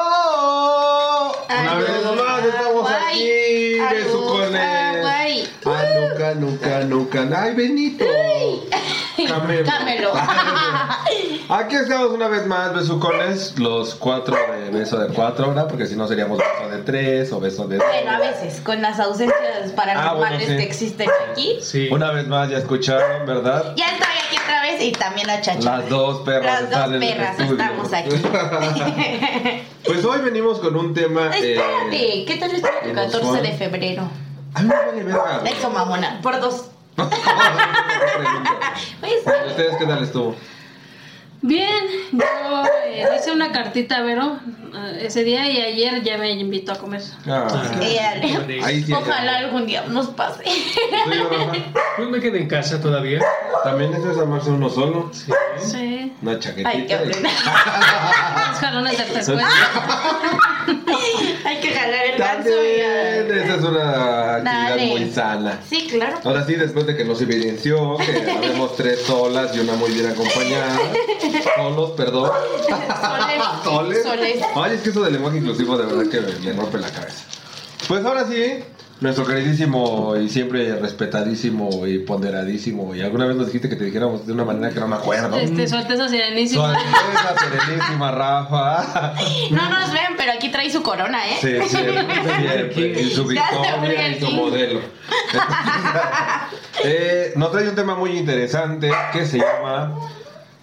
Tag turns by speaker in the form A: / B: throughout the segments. A: ¡Aló! Una
B: Aló,
A: vez más estamos aquí
B: guay.
A: de
B: Aló,
A: su con
B: guay.
A: Ah, nunca, nunca, nunca. ¡Ay, Benito! Camelo.
B: Camelo.
A: Aquí estamos una vez más, besucones, los cuatro de beso de cuatro, ¿verdad? Porque si no seríamos beso de tres o beso de dos.
B: Bueno, a veces, con las ausencias paranormales
A: Ah, bueno, sí.
B: que existen aquí.
C: Sí.
A: Una vez más ya escucharon, ¿verdad?
B: Ya estoy aquí otra vez y también la chacha.
A: Las dos perras
B: Las
A: están
B: dos
A: en el
B: perras
A: estudio.
B: estamos aquí.
A: Pues hoy venimos con un tema. eh,
B: Espérate, ¿qué tal está
A: ¿y
B: el
A: nos
B: 14
A: son?
B: de febrero?
A: A mí me vale verga, güey.
B: Eso, mamona, por dos. Pues,
A: ¿Y ¿Ustedes qué tal estuvo?
D: Bien, yo eh, le hice una cartita a Vero eh, ese día y ayer ya me invitó a comer.
A: Ah,
C: Ah.
B: eh,
A: ahí sí.
B: Ojalá algún día nos pase.
A: ¿Tú, Rafa?
C: Pues me quedé en casa todavía.
A: También eso es amarse uno solo.
C: Sí.
D: Sí,
A: Una chaquetita.
B: Hay que
A: y-
B: aprender.
D: los jalones del pescuezo.
B: Hay que jalar el ganso.
A: También,
B: oigan.
A: esa es una actividad
B: Dale.
A: muy sana.
B: Sí, claro.
A: Ahora sí, después de que nos evidenció que habemos tres solas y una muy bien acompañada. Solos, perdón.
B: pues, Soles.
A: Soles.
B: Soles.
A: Ay, es que eso del lenguaje inclusivo de verdad que me rompe la cabeza. Pues ahora sí, nuestro queridísimo y siempre respetadísimo y ponderadísimo. Y alguna vez nos dijiste que te dijéramos de una manera que no me acuerdo.
D: Este, suelta esa sirenísima.
A: Sorpresa, serenísima Rafa.
B: No nos ven, pero aquí trae su corona, ¿eh?
A: Sí, siempre, siempre. Y su
B: Ya se
A: victoria
B: abrió
A: y
B: el
A: su
B: fin.
A: modelo. Eh, nos trae un tema muy interesante que se llama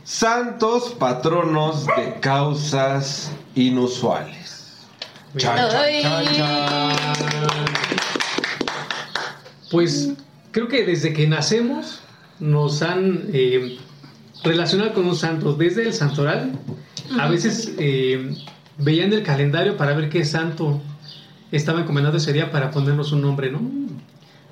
A: Santos Patronos de Causas Inusuales. Chan, chan, chan, chan.
C: Pues creo que desde que nacemos nos han eh, relacionado con los santos. Desde el santoral, a veces eh, veían el calendario para ver qué santo estaba encomendado ese día para ponernos un nombre, ¿no?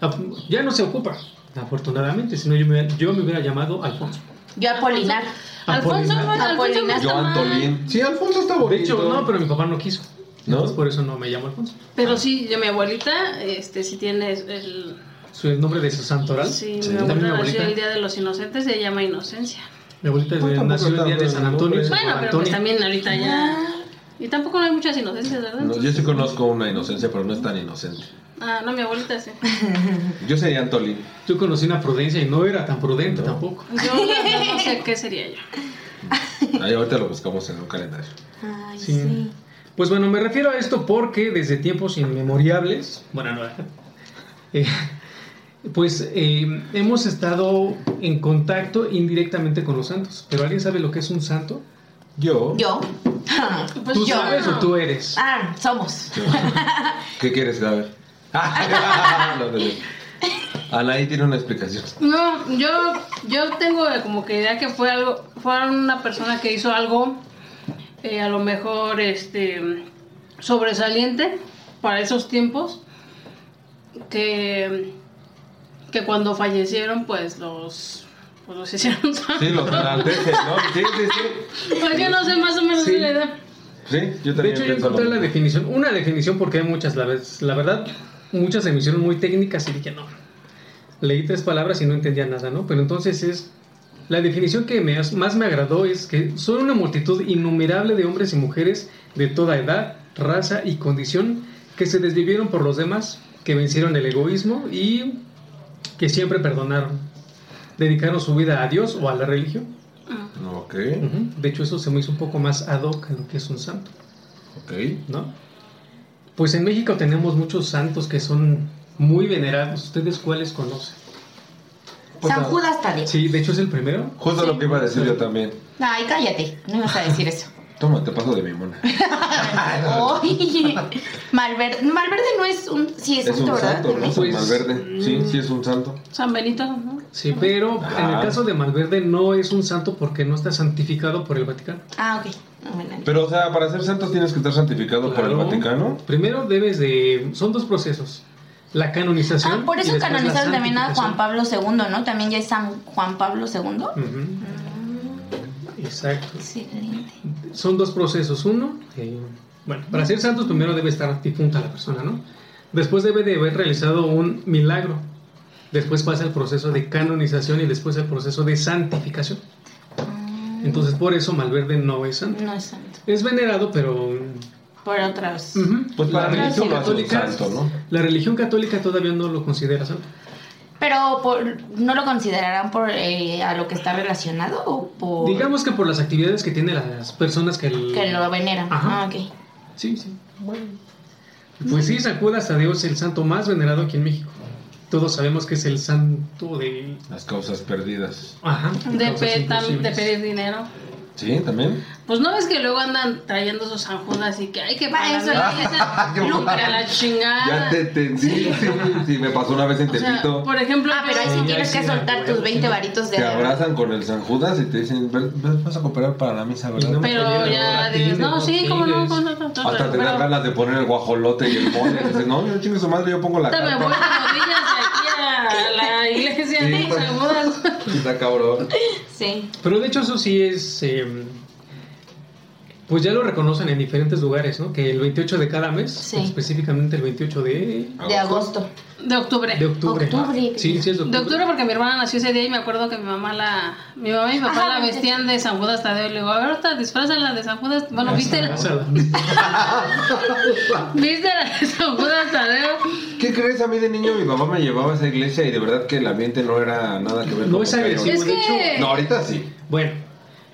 C: Af- Ya no se ocupa, afortunadamente, si no yo me, yo me hubiera llamado Alfonso.
B: Yo Apolinar.
D: Alfonso,
C: Apolinar.
D: Alfonso,
B: Apolinar.
D: no
A: Yo,
D: está mal.
A: Antolín. Sí, Alfonso está bonito.
C: De hecho, no, pero mi papá no quiso.
A: ¿No?
C: Entonces, por eso no me llamo Alfonso.
D: Pero sí, yo, mi abuelita, este, sí tiene el...
C: Su- el nombre de su santoral.
D: Sí,
A: Sí.
D: mi
C: ¿Ah? También mi
D: abuela nació
C: abuelita.
D: el Día de los Inocentes, se llama Inocencia.
C: Mi abuelita
A: Pues
C: de-
A: tampoco
C: nació el día de
A: tanto,
C: San
A: ¿no?
C: Antonio.
A: Pues,
C: San
D: Bueno, pero pues
C: Antonio.
D: también ahorita ya... Y tampoco no hay muchas inocencias, ¿verdad?
A: No, yo sí conozco una inocencia, pero no es tan inocente.
D: Ah, no, mi abuelita sí.
A: Yo sería Antolín.
C: Yo conocí una prudencia y no era tan prudente
A: No.
C: tampoco.
D: Yo la verdad, no sé qué sería yo.
A: Ahí ahorita lo buscamos en un calendario.
B: Ay,
C: Sí. Pues bueno, me refiero a esto porque desde tiempos inmemoriales, bueno, no, eh, pues eh, hemos estado en contacto indirectamente con los santos. Pero ¿alguien sabe lo que es un santo?
A: Yo.
B: Yo.
D: Pues
C: ¿Tú
B: yo.
C: sabes o tú eres?
B: Ah, somos.
A: ¿Qué quieres saber? No, no, no. Anaí tiene una explicación.
D: No, yo, yo tengo como que idea que fue algo, fue una persona que hizo algo, eh, a lo mejor, este, sobresaliente para esos tiempos, que, que cuando fallecieron, pues los, pues los hicieron.
A: Sí,
D: santos.
A: los enaltecen, ¿no? Sí, sí, sí.
D: Pues yo no sé más o menos
C: Sí.
D: la idea.
A: Sí, yo
C: De
A: también
C: hecho,
A: pienso
C: yo
A: lo
C: encontré la
A: mismo.
C: definición, una definición porque hay muchas, la, vez- la verdad, muchas se me hicieron muy técnicas y dije, no, leí tres palabras y no entendía nada, ¿no? Pero entonces es, la definición que me, as- más me agradó es que son una multitud innumerable de hombres y mujeres de toda edad, raza y condición que se desvivieron por los demás, que vencieron el egoísmo y que siempre perdonaron, dedicaron su vida a Dios o a la religión.
A: Ok,
C: Ujú. De hecho, eso se me hizo un poco más ad hoc a lo que es un santo.
A: ok.
C: ¿no? Pues en México tenemos muchos santos que son muy venerados. ¿Ustedes cuáles conocen?
B: San
A: no.
B: Judas Tadeo.
C: Sí, de hecho es el primero.
A: Justo lo que iba a decir yo también.
B: Ay, cállate. No vas a decir eso.
A: Toma, te paso de mi mona.
B: Oye. Malverde. Malverde no es un. Sí, es,
A: Es un
B: santo, ¿verdad?
A: santo, ¿no? San
C: Pues-
A: Malverde. Sí, sí es un santo.
D: San Benito, ¿no?
C: Sí, pero en
A: Ah.
C: el caso de Malverde no es un santo porque no está santificado por el Vaticano.
B: Ah, ok. No, bueno.
A: Pero, o sea, para ser santo tienes que estar santificado por el
C: Claro.
A: Vaticano.
C: Primero debes de... Son dos procesos. La canonización.
B: Ah, por
C: y
B: eso
C: después la
B: canonizaron también a Juan
C: santificación. Mm.
B: Pablo II, ¿no? También ya es San Juan Pablo Ah. II.
C: Ujú. Exacto.
B: Excelente.
C: Son dos procesos. Uno, eh, bueno, para ser santos primero debe estar difunta la persona, ¿no? Después debe de haber realizado un milagro. Después pasa el proceso de canonización y después el proceso de santificación. Entonces, por eso Malverde no es santo.
B: Ah, No es santo.
C: Es venerado, pero.
B: Por otras.
C: ujú,
A: Pues para mí es un
B: religión
A: santo, ¿no?
C: la religión católica todavía no lo considera santo.
B: Pero por- no lo considerarán por eh, a lo que está relacionado o por
C: Digamos que por las actividades que tienen las personas que, el-
B: que lo veneran.
C: Ajá.
B: Ah, ok.
C: Sí, sí. Bueno. Pues sí, sacudas a Dios, el santo más venerado aquí en México. Todos sabemos que es el santo de.
A: Las causas perdidas.
C: Ajá.
D: De,
C: causas
A: pues,
D: pe- tam- de
C: imposibles.
D: pedir dinero.
A: ¿Sí? ¿También?
D: Pues no ves que luego andan trayendo esos San Judas y que hay que pagar
B: Eso
D: la
B: es-
D: misa,
A: Qué
D: lucra la
A: mal.
D: chingada.
A: Ya te entendí. Sí, sí, me pasó una vez en
D: Ah. O sea,
A: Tepito.
D: por ejemplo,
B: Ah, pero ahí sí
C: Sí,
B: tienes
C: ahí
B: que
C: sí,
B: soltar
C: güey,
B: tus
C: sí.
B: 20 varitos de
A: Te abrazan con el San Judas y te dicen, "Ven, ven, vas a cooperar para la misa, ¿verdad?
C: Y no me-
D: pero ya
C: Ahora
D: dices,
C: tienes,
D: no,
C: ¿no?
D: sí, cómo no,
C: Tienes.
D: cómo no, cómo no,
A: Hasta te dan
D: pero-
A: ganas de poner el guajolote y el mole. Dicen, no, yo chingue su madre, yo pongo la
D: Ahorita me voy
A: carpa.
D: de rodillas aquí a la iglesia
A: Sí,
D: de
A: pues.
D: San Judas.
A: Está cabrón.
B: Sí.
C: Pero de hecho, eso sí es. eh, pues ya lo reconocen en diferentes lugares, ¿no? Que el 28 de cada mes,
B: Sí.
C: específicamente el 28 de,
B: De agosto.
D: De octubre.
C: de octubre.
B: Octubre.
C: Sí, sí, es de
D: De
C: octubre.
D: octubre porque mi hermana nació ese día y me acuerdo que mi mamá la mi mamá y mi papá
B: Ajá,
D: la vestían de San Judas Tadeo y le digo, a ver ahorita disfrázala de San Judas, bueno
A: Ah,
D: viste la,
C: Casada.
D: viste la de San Judas Tadeo
A: ¿Qué crees? A mí de niño mi papá me llevaba a esa iglesia y de verdad que el ambiente no era nada que ver
C: No
A: con
C: es
A: lo que hay ahorita.
C: agresivo.
D: es
C: de
D: que
A: No, ahorita sí.
C: Bueno,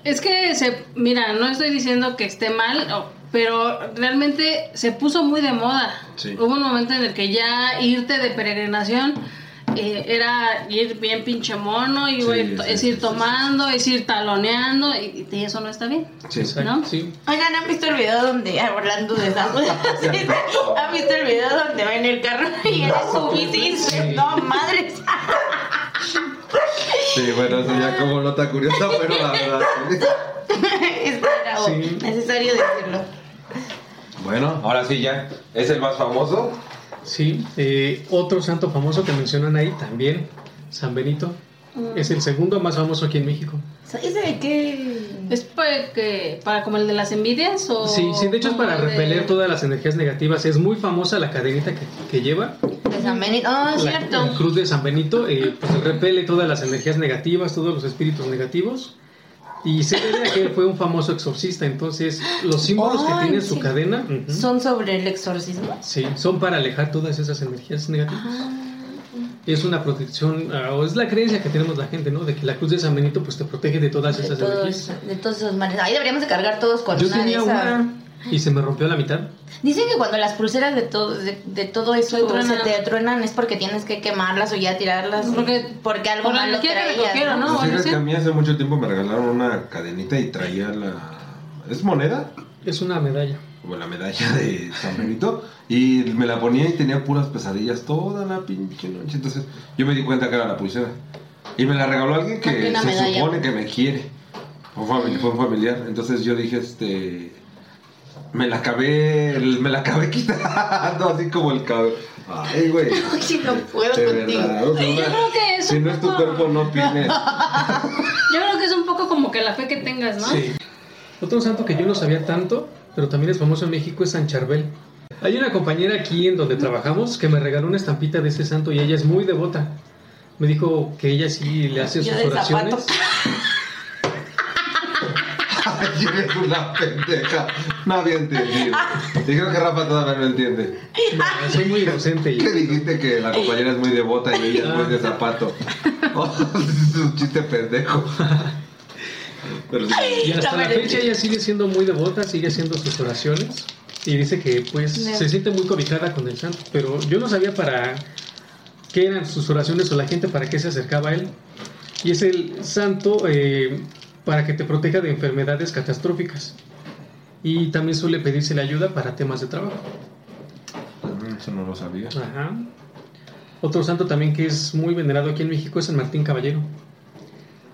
D: es que se mira no estoy diciendo que esté mal o- pero realmente se puso muy de moda
A: Sí.
D: hubo un momento en el que ya irte de peregrinación eh, era ir bien pinche mono y
A: Sí,
D: ir-
A: sí,
D: es
A: sí,
D: ir
A: sí,
D: tomando es ir taloneando y, y eso no está bien
A: Sí.
C: exacto,
D: ¿No?
C: sí.
B: Oigan, ¿han visto el video donde ah, hablando de San Judas? Sí, ¿Han visto el video donde va en el carro y él es su bici?
C: Sí.
B: No, madres.
A: Sí, bueno, eso ya como nota curiosa, pero la verdad. sí.
B: Esto era oh,
C: Sí.
B: necesario decirlo.
A: Bueno, ahora sí ya. Es el más famoso.
C: Sí, eh, otro santo famoso que mencionan ahí también, San Benito,
B: Ah.
C: es el segundo más famoso aquí en México.
B: ¿Sabes de qué?
D: ¿Es para, que, para como el de las envidias?
B: Oh,
D: O
C: Sí, sí, de hecho es para
D: como el de-
C: repeler todas las energías negativas. Es muy famosa la cadenita que, que lleva,
B: De San Benito. Ah,
C: la,
B: cierto.
C: la cruz de San Benito, eh, pues repele todas las energías negativas, todos los espíritus negativos. Y se ve que él fue un famoso exorcista, entonces los símbolos que
B: Ay,
C: tiene
B: sí.
C: su cadena ujú,
B: Son sobre el exorcismo.
C: sí, son para alejar todas esas energías negativas.
B: Ah.
C: Es una protección, ah, o es la creencia que tenemos la gente, ¿no? De que la cruz de San Benito pues te protege de todas
B: De
C: esas
B: todos,
C: energías.
B: de todos esos males. Ahí deberíamos de cargar todos con
C: Yo
B: una de
C: tenía
B: esas.
C: una y se me rompió a la mitad.
B: Dicen que cuando las pulseras de todo, de, de todo eso
D: Se
B: se,
D: truenan.
B: te truenan es porque tienes que quemarlas o ya tirarlas.
D: Porque-
B: porque algo
D: por la
B: malo
D: energía que
B: traías,
D: recogieron,
B: ¿no?
D: ¿no?
A: No,
D: bueno, sí.
A: Pues que a mí hace mucho tiempo me regalaron una cadenita y traía la... ¿Es moneda?
C: Es una medalla.
A: O la medalla de San Benito. Y me la ponía y tenía puras pesadillas toda la pinche noche. Entonces yo me di cuenta que era la pulsera. Y me la regaló alguien que
B: Aquí
A: se
B: una medalla.
A: supone que me quiere. Fue un, fami- fue un familiar. Entonces yo dije, este... Me la acabé, me la acabé quitando, así como el cabello. Ay, güey.
B: Ay, no puedo
A: De
B: contigo.
A: verdad. o sea,
D: Yo
A: una-
D: creo que es
A: si
D: un
A: no es tu
D: poco-
A: cuerpo, no opines.
D: Yo creo que es un poco como que la fe que tengas, ¿no?
C: Sí. Otro santo que yo no sabía tanto, pero también es famoso en México, es San Charbel. Hay una compañera aquí en donde trabajamos que me regaló una estampita de ese santo y ella es muy devota. Me dijo que ella sí le hace
B: Yo
C: sus
B: de
C: oraciones.
B: zapato.
A: Ay, eres una pendeja. No había entendido. Y creo que Rafa todavía no entiende.
C: No, soy muy inocente.
A: ¿Qué
C: y-
A: dijiste que la compañera es muy devota y ella es muy de zapato? Oh, es un chiste pendejo. Pero sí.
C: Y hasta
B: No
C: la
B: me
C: fecha ella sigue siendo muy devota, sigue haciendo sus oraciones y dice que pues
B: No.
C: se siente muy cobijada con el santo, pero yo no sabía para qué eran sus oraciones o la gente para qué se acercaba a él. Y es el santo eh, para que te proteja de enfermedades catastróficas. Y también suele pedirse la ayuda para temas de trabajo.
A: Mm, Eso no lo sabía.
C: Ajá. Otro santo también que es muy venerado aquí en México es San Martín Caballero.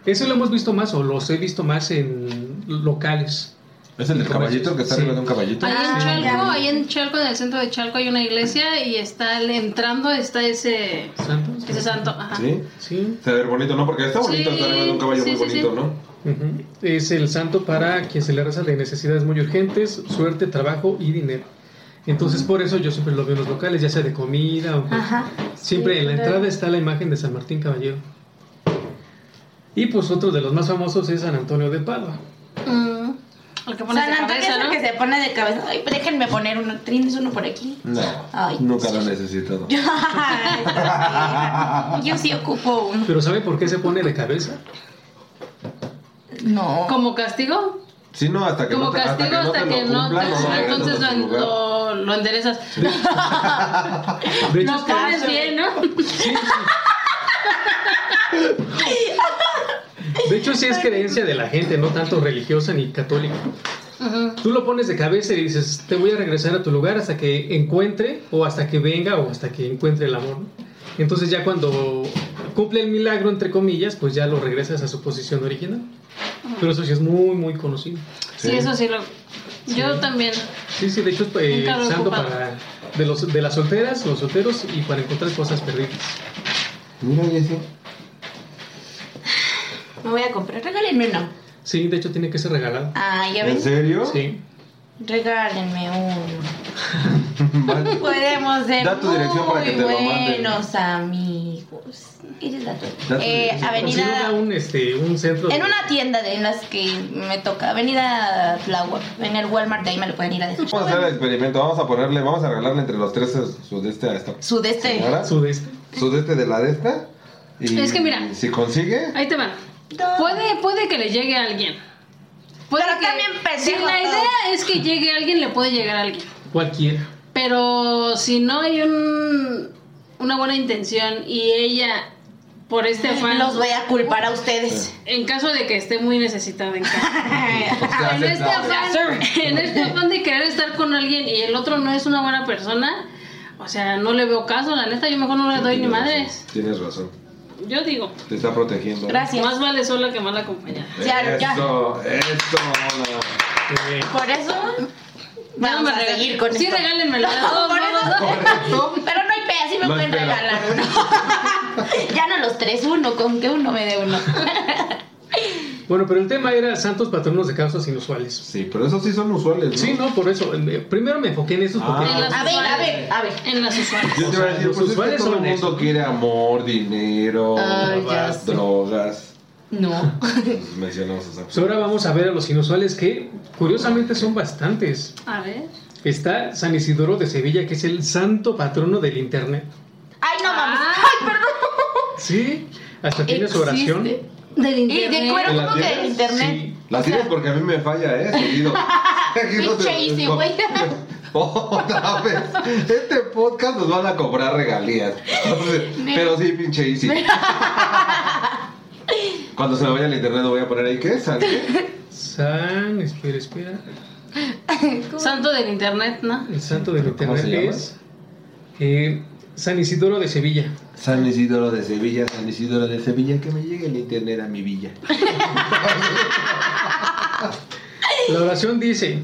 C: Eso lo hemos visto más o los he visto más en locales.
A: ¿Es el del caballito el que está
C: Sí.
A: arriba de un caballito?
D: Ahí en
B: Ah,
D: Chalco,
B: ya.
D: ahí en Chalco, en el centro de Chalco hay una iglesia y está el- entrando, está ese,
C: ¿Santos?
D: ese santo. Ajá.
A: ¿Sí?
C: Sí.
A: Se ve bonito, ¿no? Porque está bonito,
D: Sí,
A: está arriba de un caballo
D: sí,
A: muy
D: sí,
A: bonito,
D: sí.
A: ¿no?
C: Ujú. Es el santo para quien se le reza de necesidades muy urgentes, suerte, trabajo y dinero. Entonces por eso yo siempre lo veo en los locales, ya sea de comida o...
B: Ajá.
C: Siempre
B: Sí,
C: en la
B: claro.
C: entrada está la imagen de San Martín Caballero. Y pues otro de los más famosos es San Antonio de Padua.
D: Mm, el que pones
B: San
D: de
B: Antonio es
D: cabeza,
B: el
D: ¿no?
B: que se pone de cabeza. Ay, pero déjenme poner uno. Tienes uno por aquí.
A: No,
B: Ay,
A: nunca lo he necesitado.
B: Ay, Yo sí ocupo uno.
C: Pero ¿sabe por qué se pone de cabeza?
B: No.
D: Como castigo,
A: Si no, hasta que
D: como
A: no te,
D: castigo hasta que
A: cumplan,
D: no,
A: lo
D: te-
A: regresas a
D: entonces
A: tu
D: lo,
A: lugar.
D: lo- lo enderezas.
C: De hecho,
D: Lo pones
B: caso.
D: bien, ¿no?
C: de hecho sí es creencia de la gente, no tanto religiosa ni católica.
D: Ujú.
C: Tú lo pones de cabeza y dices, te voy a regresar a tu lugar hasta que encuentre o hasta que venga o hasta que encuentre el amor. ¿no? Entonces ya cuando cumple el milagro, entre comillas, pues ya lo regresas a su posición original. Pero eso sí es muy, muy conocido.
D: Sí,
A: Sí.
D: eso sí lo. Yo también.
C: Sí, sí, de hecho es eh,
D: Nunca lo he
C: santo
D: ocupado.
C: para de, los, de las solteras, los solteros y para encontrar cosas perdidas.
A: Mira, Jessy.
B: Me voy a comprar. Regálenme uno.
C: Sí, de hecho tiene que ser regalado.
B: Ah, ya
A: ¿En
B: ven.
A: serio?
C: Sí.
B: Regálenme uno.
A: Vale.
B: Podemos ser
A: Da tu dirección
B: muy
A: para que te lo manden.
B: buenos amigos. Eres la tuya.
A: Da tu
B: Eh,
A: dirección.
C: Considera
B: avenida.
C: un, este, un centro.
B: En
C: de-
B: una tienda de las que me toca, Avenida Tláhuac, en el Walmart, de ahí me lo pueden ir a
A: Vamos a hacer
B: dejar.
A: el experimento, vamos a ponerle, vamos a regalarle entre los tres el sudeste a esta
B: Sudeste.
A: señora,
C: Sudeste.
A: sudeste de la de esta. Y
D: Es que mira.
A: si consigue,
D: Ahí te van.
B: No.
D: Puede, puede que le llegue a alguien. Puede
B: Pero
D: que-
B: también
D: Si
B: pendejo
D: la
B: todo.
D: idea es que llegue a alguien, le puede llegar a alguien.
C: Cualquiera.
D: Pero si no hay un, una buena intención y ella, por este afán,
B: Los voy a culpar a ustedes.
D: en caso de que esté muy necesitada en casa.
A: sea,
D: en, este
A: aceptable.
D: afán, en este afán de querer estar con alguien y el otro no es una buena persona, o sea, no le veo caso, la neta, yo mejor no le doy ni
A: Tienes
D: madres.
A: razón, Tienes razón.
D: Yo digo,
A: Te está protegiendo.
B: Gracias.
D: más vale sola que mal acompañada.
B: Ya, ya.
A: Eso, eso, mamona.
C: Muy bien.
B: Por eso
D: No
B: vamos
D: me
B: a
D: regalen.
B: seguir con
D: Sí,
B: esto.
D: regálenmelo. de todos
B: Por
D: modos,
B: eso-
D: ¿no?
B: Pero no hay pea, sí me
A: No hay
B: pueden
A: peda.
B: regalar uno. ya no los tres, uno, con que uno me dé uno.
C: Bueno, pero el tema era santos patronos de causas inusuales.
A: Sí, pero esos sí son usuales, ¿no?
C: Sí, no, por eso. eh, Primero me enfoqué en esos
A: Ah.
C: porque
D: En las
B: A ver, a ver, a ver.
D: En las usuales.
A: Yo te iba a decir,
C: Los
A: pues es que
C: usuales
A: todo el
C: son
A: mundo
C: esos.
A: quiere amor, dinero,
B: Ay, ya sé.
A: drogas.
B: No.
A: Pues mencionamos esa
C: Pues ahora vamos a ver a los inusuales que curiosamente son bastantes.
D: A ver.
C: Está San Isidoro de Sevilla, que es el santo patrono del internet.
B: Ay, no mames.
D: Ah.
B: Ay, perdón.
C: Sí, hasta tiene su
B: Existe.
C: oración.
D: Del
B: Y de cuero,
A: ¿En
B: ¿cómo
A: la
B: que
A: tienes?
B: de internet?
C: Sí.
A: La tienes porque a mí me falla, ¿eh? Seguido. Seguido te- Oh,
B: Pinche easy, güey.
A: Otra vez. Este podcast nos van a cobrar regalías. Entonces, pero sí, pinche easy. Cuando se me vaya el internet, voy a poner ahí qué es. ¿Al qué?
C: San, espera, espera.
D: Santo del internet, ¿no?
C: El santo del
A: ¿Cómo
C: internet
A: se llama?
C: es eh, San Isidoro de Sevilla.
A: San Isidoro de Sevilla, San Isidoro de Sevilla, que me llegue el internet a mi villa.
C: La oración dice,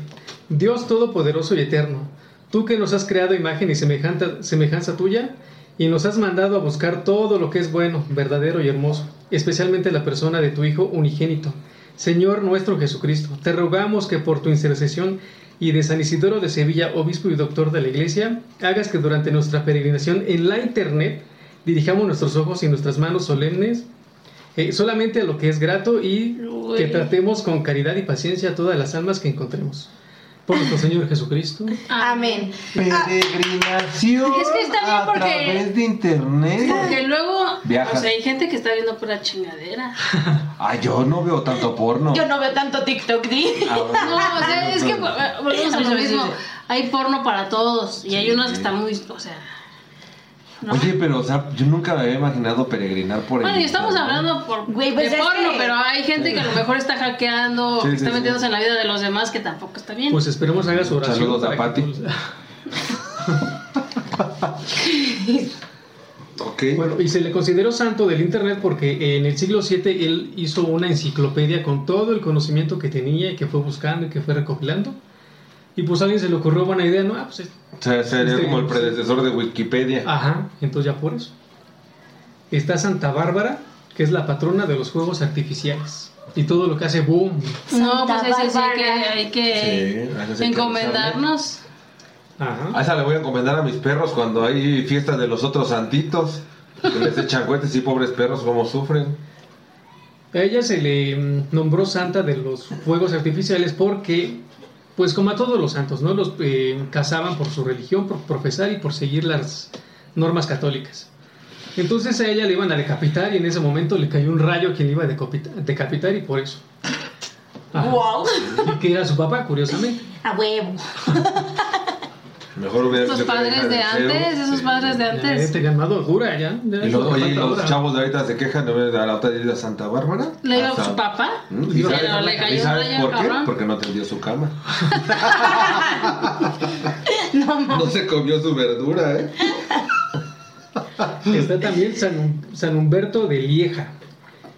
C: Dios Todopoderoso y Eterno, tú que nos has creado imagen y semejanta- semejanza tuya, y nos has mandado a buscar todo lo que es bueno, verdadero y hermoso, especialmente la persona de tu Hijo unigénito, Señor nuestro Jesucristo, te rogamos que por tu intercesión y de San Isidoro de Sevilla, obispo y doctor de la Iglesia, hagas que durante nuestra peregrinación en la Internet dirijamos nuestros ojos y nuestras manos solemnes eh, solamente a lo que es grato y
D: Uy.
C: que tratemos con caridad y paciencia a todas las almas que encontremos. Por nuestro Señor Jesucristo.
D: Ah.
B: Amén.
A: Peregrinación
D: Es que está bien
A: a
D: porque-
A: través de internet.
D: Porque luego,
A: Viajas.
D: o sea, hay gente que está viendo pura chingadera.
A: Ah, yo no veo tanto porno.
B: Yo no veo tanto TikTok, di.
A: Ah, bueno.
D: No, o sea, es que eh, volvemos a lo
B: Sí, sí,
D: mismo.
B: sí.
D: Hay porno para todos y hay
A: Sí.
D: unos que están muy, o sea, ¿no?
A: Oye, pero o sea, yo nunca me había imaginado peregrinar por el
D: Bueno, y estamos
A: internet.
D: hablando por,
B: Güey, pues
D: de
B: es
D: porno,
B: que-
D: pero hay gente que a lo mejor está hackeando,
A: Sí,
D: que
A: sí,
D: está
A: sí.
D: metiéndose en la vida de los demás, que tampoco está bien.
C: Pues esperemos haga su oración.
A: Saludos a
C: para que
A: Pati.
C: tú-
A: Ok.
C: Bueno, y se le consideró santo del Internet porque en el siglo VII él hizo una enciclopedia con todo el conocimiento que tenía y que fue buscando y que fue recopilando. Y pues a alguien se le ocurrió buena idea, ¿no? Ah, pues,
A: o sea, sería
C: Este-
A: como el predecesor de Wikipedia.
C: ajá, entonces ya por eso. Está Santa Bárbara, que es la patrona de los juegos artificiales. Y todo lo que hace boom.
D: no, pues
B: Santa
D: ese sí que
B: Bárbara.
D: hay
A: Sí,
D: que
A: a eso sí hay que
D: encomendarnos.
A: A
C: Ajá.
A: esa le voy a encomendar a mis perros cuando hay fiestas este de los otros santitos. Que les echan cuentes y pobres perros cómo sufren.
C: A ella se le mm, nombró santa de los fuegos artificiales porque, pues como a todos los santos, ¿no? Los eh, cazaban por su religión, por profesar y por seguir las normas católicas. Entonces a ella le iban a decapitar y en ese momento le cayó un rayo a quien le iba a decapita- decapitar y por eso. Ajá.
B: ¡Wow!
C: Y que era su papá, curiosamente.
B: A huevo.
A: Mejor hubiera
D: Esos
A: que fuera
D: padres de
A: hija cero.
D: antes, esos
A: Sí.
D: padres de
C: Ya, este ya
D: antes.
C: te llamado jura, ya. ya
A: Y los,
C: lo que
A: oye, y
C: falta
A: los
C: ahora.
A: chavos de ahorita se quejan de ver a la otra isla Santa Bárbara.
D: Le iba
A: Hasta-
D: a su papá.
A: ¿Mm?
C: Pero
A: sabes-
D: le cayó
A: ¿y
D: un
A: sabes
D: rayo
A: por qué?
D: cabrón.
A: Porque no tendió su cama. No
B: No mames.
A: se comió su verdura, ¿eh?
C: Está también San, San Humberto de Lieja.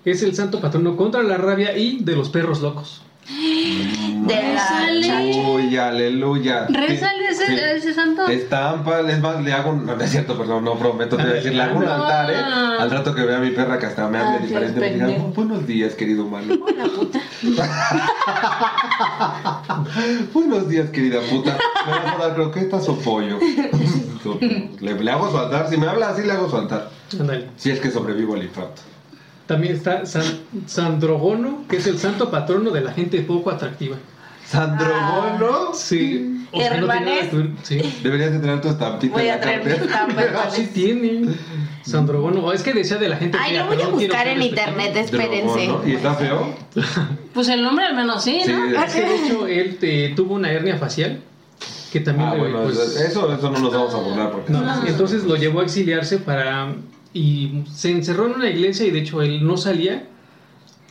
C: Es el santo patrono contra la rabia y de los perros locos.
B: De la
D: Sale.
B: cha-
A: Uy, aleluya.
D: Rézale ese,
A: Sí.
D: a ese santo.
A: Estampa, es más, le hago un. No, no es cierto, perdón, no prometo, te voy a decir, le hago un
C: No.
A: altar, ¿eh? Al rato que vea a mi perra que hasta me hable
B: Ah, sí,
A: diferente, me diga,
B: pendejo.
A: buenos días, querido humano.
B: Una puta.
A: buenos días, querida puta. ¿Me vas a dar croquetas o pollo? le, le hago su altar, si me habla así, le hago su altar.
C: Ándale.
A: Si es que sobrevivo al infarto.
C: También está San, San Drogono, que es el santo patrono de la gente poco atractiva.
B: Ah.
A: Sandrogono.
C: Sí.
B: Hermanes.
C: no tiene nada que ver. Sí.
A: Deberías de tener tu estampita
B: Voy
A: en
B: a
A: la
B: traer mi
A: cartera.
B: estampa.
C: Ah, sí
B: entonces.
C: tiene. San Drogono. Oh, es que decía de la gente
B: Ay,
C: fea,
B: lo voy a
C: pero no quiero
B: buscar
C: ser
B: en
C: despectivo.
B: internet, espérense.
A: Drogono. ¿Y está feo?
D: Pues el nombre al menos sí,
A: Sí.
D: ¿no?
B: Ah,
C: Es que, de hecho, él eh, tuvo una hernia facial que también
A: Ah,
C: le-
A: bueno,
C: pues,
A: eso, eso no nos vamos a burlar porque.
C: No,
B: Ah.
C: entonces lo llevó a exiliarse para y se encerró en una iglesia y de hecho él no salía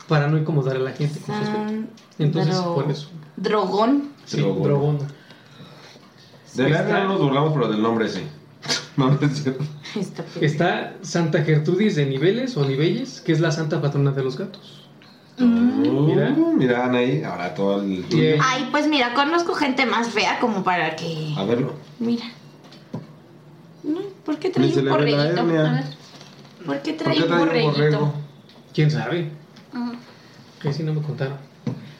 C: para no incomodar a la gente con su aspecto.
B: San
C: Entonces
B: Dro-
C: por eso.
B: Ah, Drogón.
C: Sí,
A: Drogón.
C: drogón.
A: De la
C: Está-
A: no nos burlamos, pero del nombre sí. No, no es cierto.
B: Esta pe-
C: Está Santa Gertrudis de Niveles o Nivelles, que es la santa patrona de los gatos.
A: Uh,
C: Mira.
A: mira. Anaí, ahora todo el.
C: Y ella-
B: Ay, pues mira, conozco gente más fea como para que.
A: A verlo.
B: Mira. No, ¿Por qué
A: Me
B: trae
A: se
B: un
A: le ve la
B: borreguito?
A: hernia.
B: A ver. ¿Por qué
A: ¿Por
B: trae
A: qué
B: un
A: trae un borrego?
B: borreguito?
C: quién sabe,
B: Ajá.
C: que si no me contaron.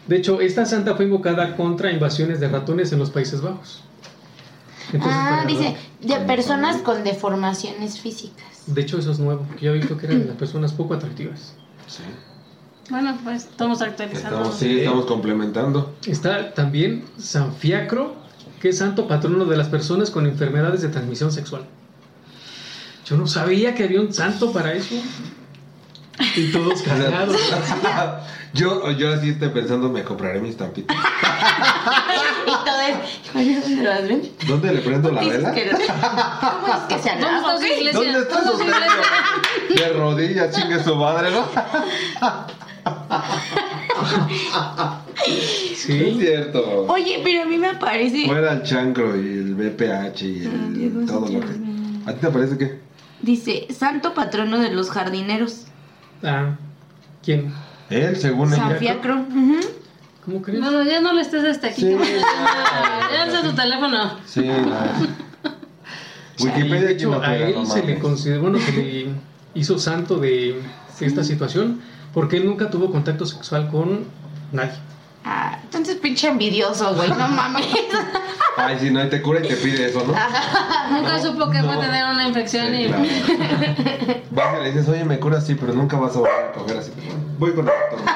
C: De hecho, esta santa fue invocada contra invasiones de ratones en los Países Bajos. Entonces,
B: Ah,
C: para-
B: dice, de
A: Con
B: personas
A: familia.
B: con deformaciones físicas.
C: De hecho, eso es nuevo, porque yo he visto que eran de las personas poco atractivas.
A: Sí.
D: Bueno, pues estamos actualizando.
A: Estamos, sí, estamos complementando.
C: Está también San Fiacro, que es santo patrono de las personas con enfermedades de transmisión sexual. Yo no sabía que había un santo para eso. Y todos cargados.
A: yo, yo así estoy pensando, me compraré mi estampita.
B: Y todo es. Bueno, ¿dónde las ven?
A: ¿Dónde le prendo la
B: ¿Cómo
A: vela?
B: es que se
D: ¿Dónde está
B: alaba?
D: su iglesia?
A: ¿Dónde está su
D: ¿Dónde está su iglesia?
A: precio? De rodillas, chingue su madre, ¿no? Es
C: Sí.
A: cierto.
B: Oye, pero a mí me aparece.
A: Fuera el chancro y el BPH y
B: Ah,
A: el,
B: Diego,
A: todo lo que.
B: escúchame.
A: ¿A ti te parece qué?
B: Dice, santo patrono de los jardineros.
C: Ah, ¿quién?
A: Él, según
B: San
A: ella.
B: Fiacro. ujú.
C: ¿Cómo crees?
D: Bueno, ya no le estés hasta aquí.
A: Sí. Ah,
D: Ya ya alza tu teléfono.
A: Sí, la- Wikipedia, ¿quién
C: de hecho,
A: la
C: a
A: pega?
C: él
A: No
C: se le
A: mames.
C: consideró, bueno, se le hizo santo de esta situación porque él nunca tuvo contacto sexual con nadie.
B: Ah, entonces pinche envidioso, güey. No mames.
A: Ay, si no, y te cura y te pide eso, ¿no?
B: Ah,
D: Nunca supo que
A: no.
D: fue tener una infección
A: Sí,
D: y.
A: claro. Vas y le dices, oye, me cura así, pero nunca vas a volver a coger así. Voy con el doctor.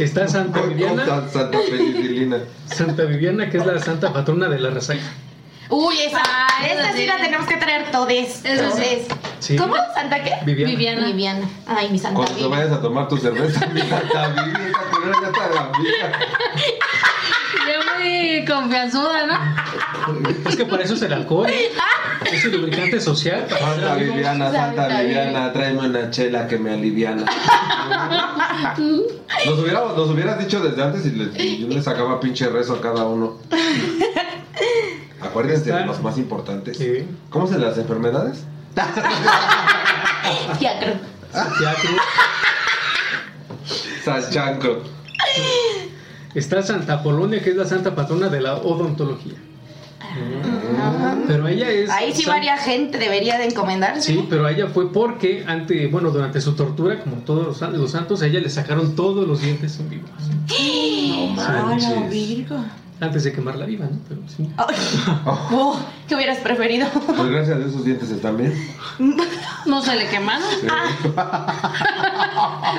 C: Está
A: Voy
C: Santa
A: con
C: Viviana,
A: tan santa penicilina.
C: Santa Viviana, que es la santa patrona de la resaca.
B: Uy, esa.
D: Ah,
B: esa
D: esa
B: sí
D: sí.
B: la tenemos que traer todes.
D: Esa sí.
B: Todes.
C: Sí.
B: ¿Cómo? ¿Santa qué?
C: Viviana.
D: Viviana.
B: Viviana. Ay, mi santa
A: Cuando te
B: Viviana.
A: vayas a tomar tu cerveza, mi santa Vivi, esa culera ya está de la vida.
D: Ya muy confianzuda, ¿no?
C: Es que para eso es el alcohol. Es el lubricante social.
A: Santa Viviana, Santa Viviana, tráeme una chela que me aliviana. Nos, hubiéramos- nos hubieras dicho desde antes y les- y yo les sacaba pinche rezo a cada uno. Acuérdense de los más importantes.
C: Sí.
A: ¿Cómo se las enfermedades?
B: Fiacro.
C: Psiquiatra.
A: Sachancro.
C: Está Santa Polonia, que es la santa patrona de la odontología. Pero ella es.
B: Ahí sí
C: san-
B: varia gente debería de encomendarse.
C: Sí, pero a ella fue porque, ante, bueno, durante su tortura, como todos los, san- los santos, a ella le sacaron todos los dientes en vivo.
B: ¡Ah, la
A: manches.
B: virgo!
C: Antes de quemarla viva, ¿no? Pero sí.
B: Ay, oh, ¿Qué hubieras preferido?
A: Pues gracias a Dios sus dientes están bien.
D: No se le quemaron.
B: Ah.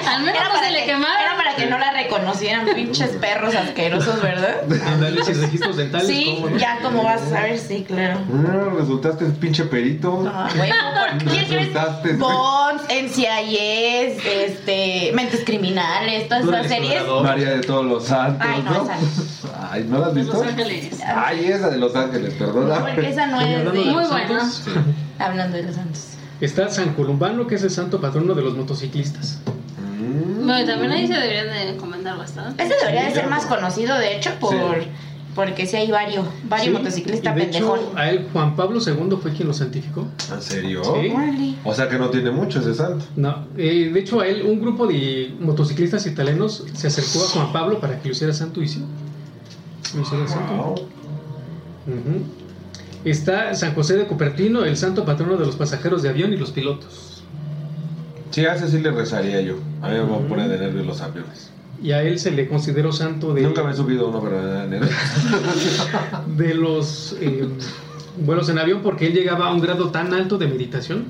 D: Al menos
B: Era
D: no
B: para,
D: se le
B: que,
D: quemaron.
B: era para que no la reconocieran, pinches perros asquerosos, ¿verdad?
C: Ándale, sin registros dentales.
B: Sí,
C: ¿cómo no?
B: ya como vas a saber, sí, claro.
A: Ah, resultaste pinche perito.
B: Ah, huevo, ¿por qué
A: Resultaste.
B: crees? Bonds, NCIS, este, mentes criminales, todas
C: Dora
B: esas
C: la
B: series.
C: Exploradora.
A: María de todos los santos,
B: Ay, no,
A: ¿no? Ay, ¿no la has
D: Los
A: visto?
D: Ángeles.
A: Ay, esa de Los Ángeles, perdona.
B: No, Ah, porque esa no
C: Oye,
B: es
C: pues. hablando de
B: de...
D: Muy
C: los
D: buena.
C: santos,
B: Hablando de los santos.
C: Está San Columbano, que es el santo patrono de los motociclistas.
A: Mm.
D: Bueno, también ahí se deberían de comentar bastante.
B: Ese debería de
A: Sí,
B: ser
A: claro.
B: más conocido, de hecho, por...
A: Sí.
B: Porque sí hay varios, varios
C: Sí,
B: motociclistas
C: y de hecho,
B: pendejón.
C: a él Juan Pablo II fue quien lo santificó.
A: ¿En serio?
C: Sí.
B: Órale.
A: O sea que no tiene mucho ese santo.
C: No, eh, de hecho a él un grupo de motociclistas italianos se acercó a Juan Pablo para que lo hiciera santo y sí, lo hicieron santo.
A: Wow.
C: Ujú. Está San José de Cupertino, el santo patrono de los pasajeros de avión y los pilotos.
A: Sí, a ese sí le rezaría yo. A mí me va a poner de nervios los aviones.
C: Y a él se le consideró santo de,
A: Nunca me he subido a uno, pero me da nervios.
C: de los eh, vuelos en avión porque él llegaba a un grado tan alto de meditación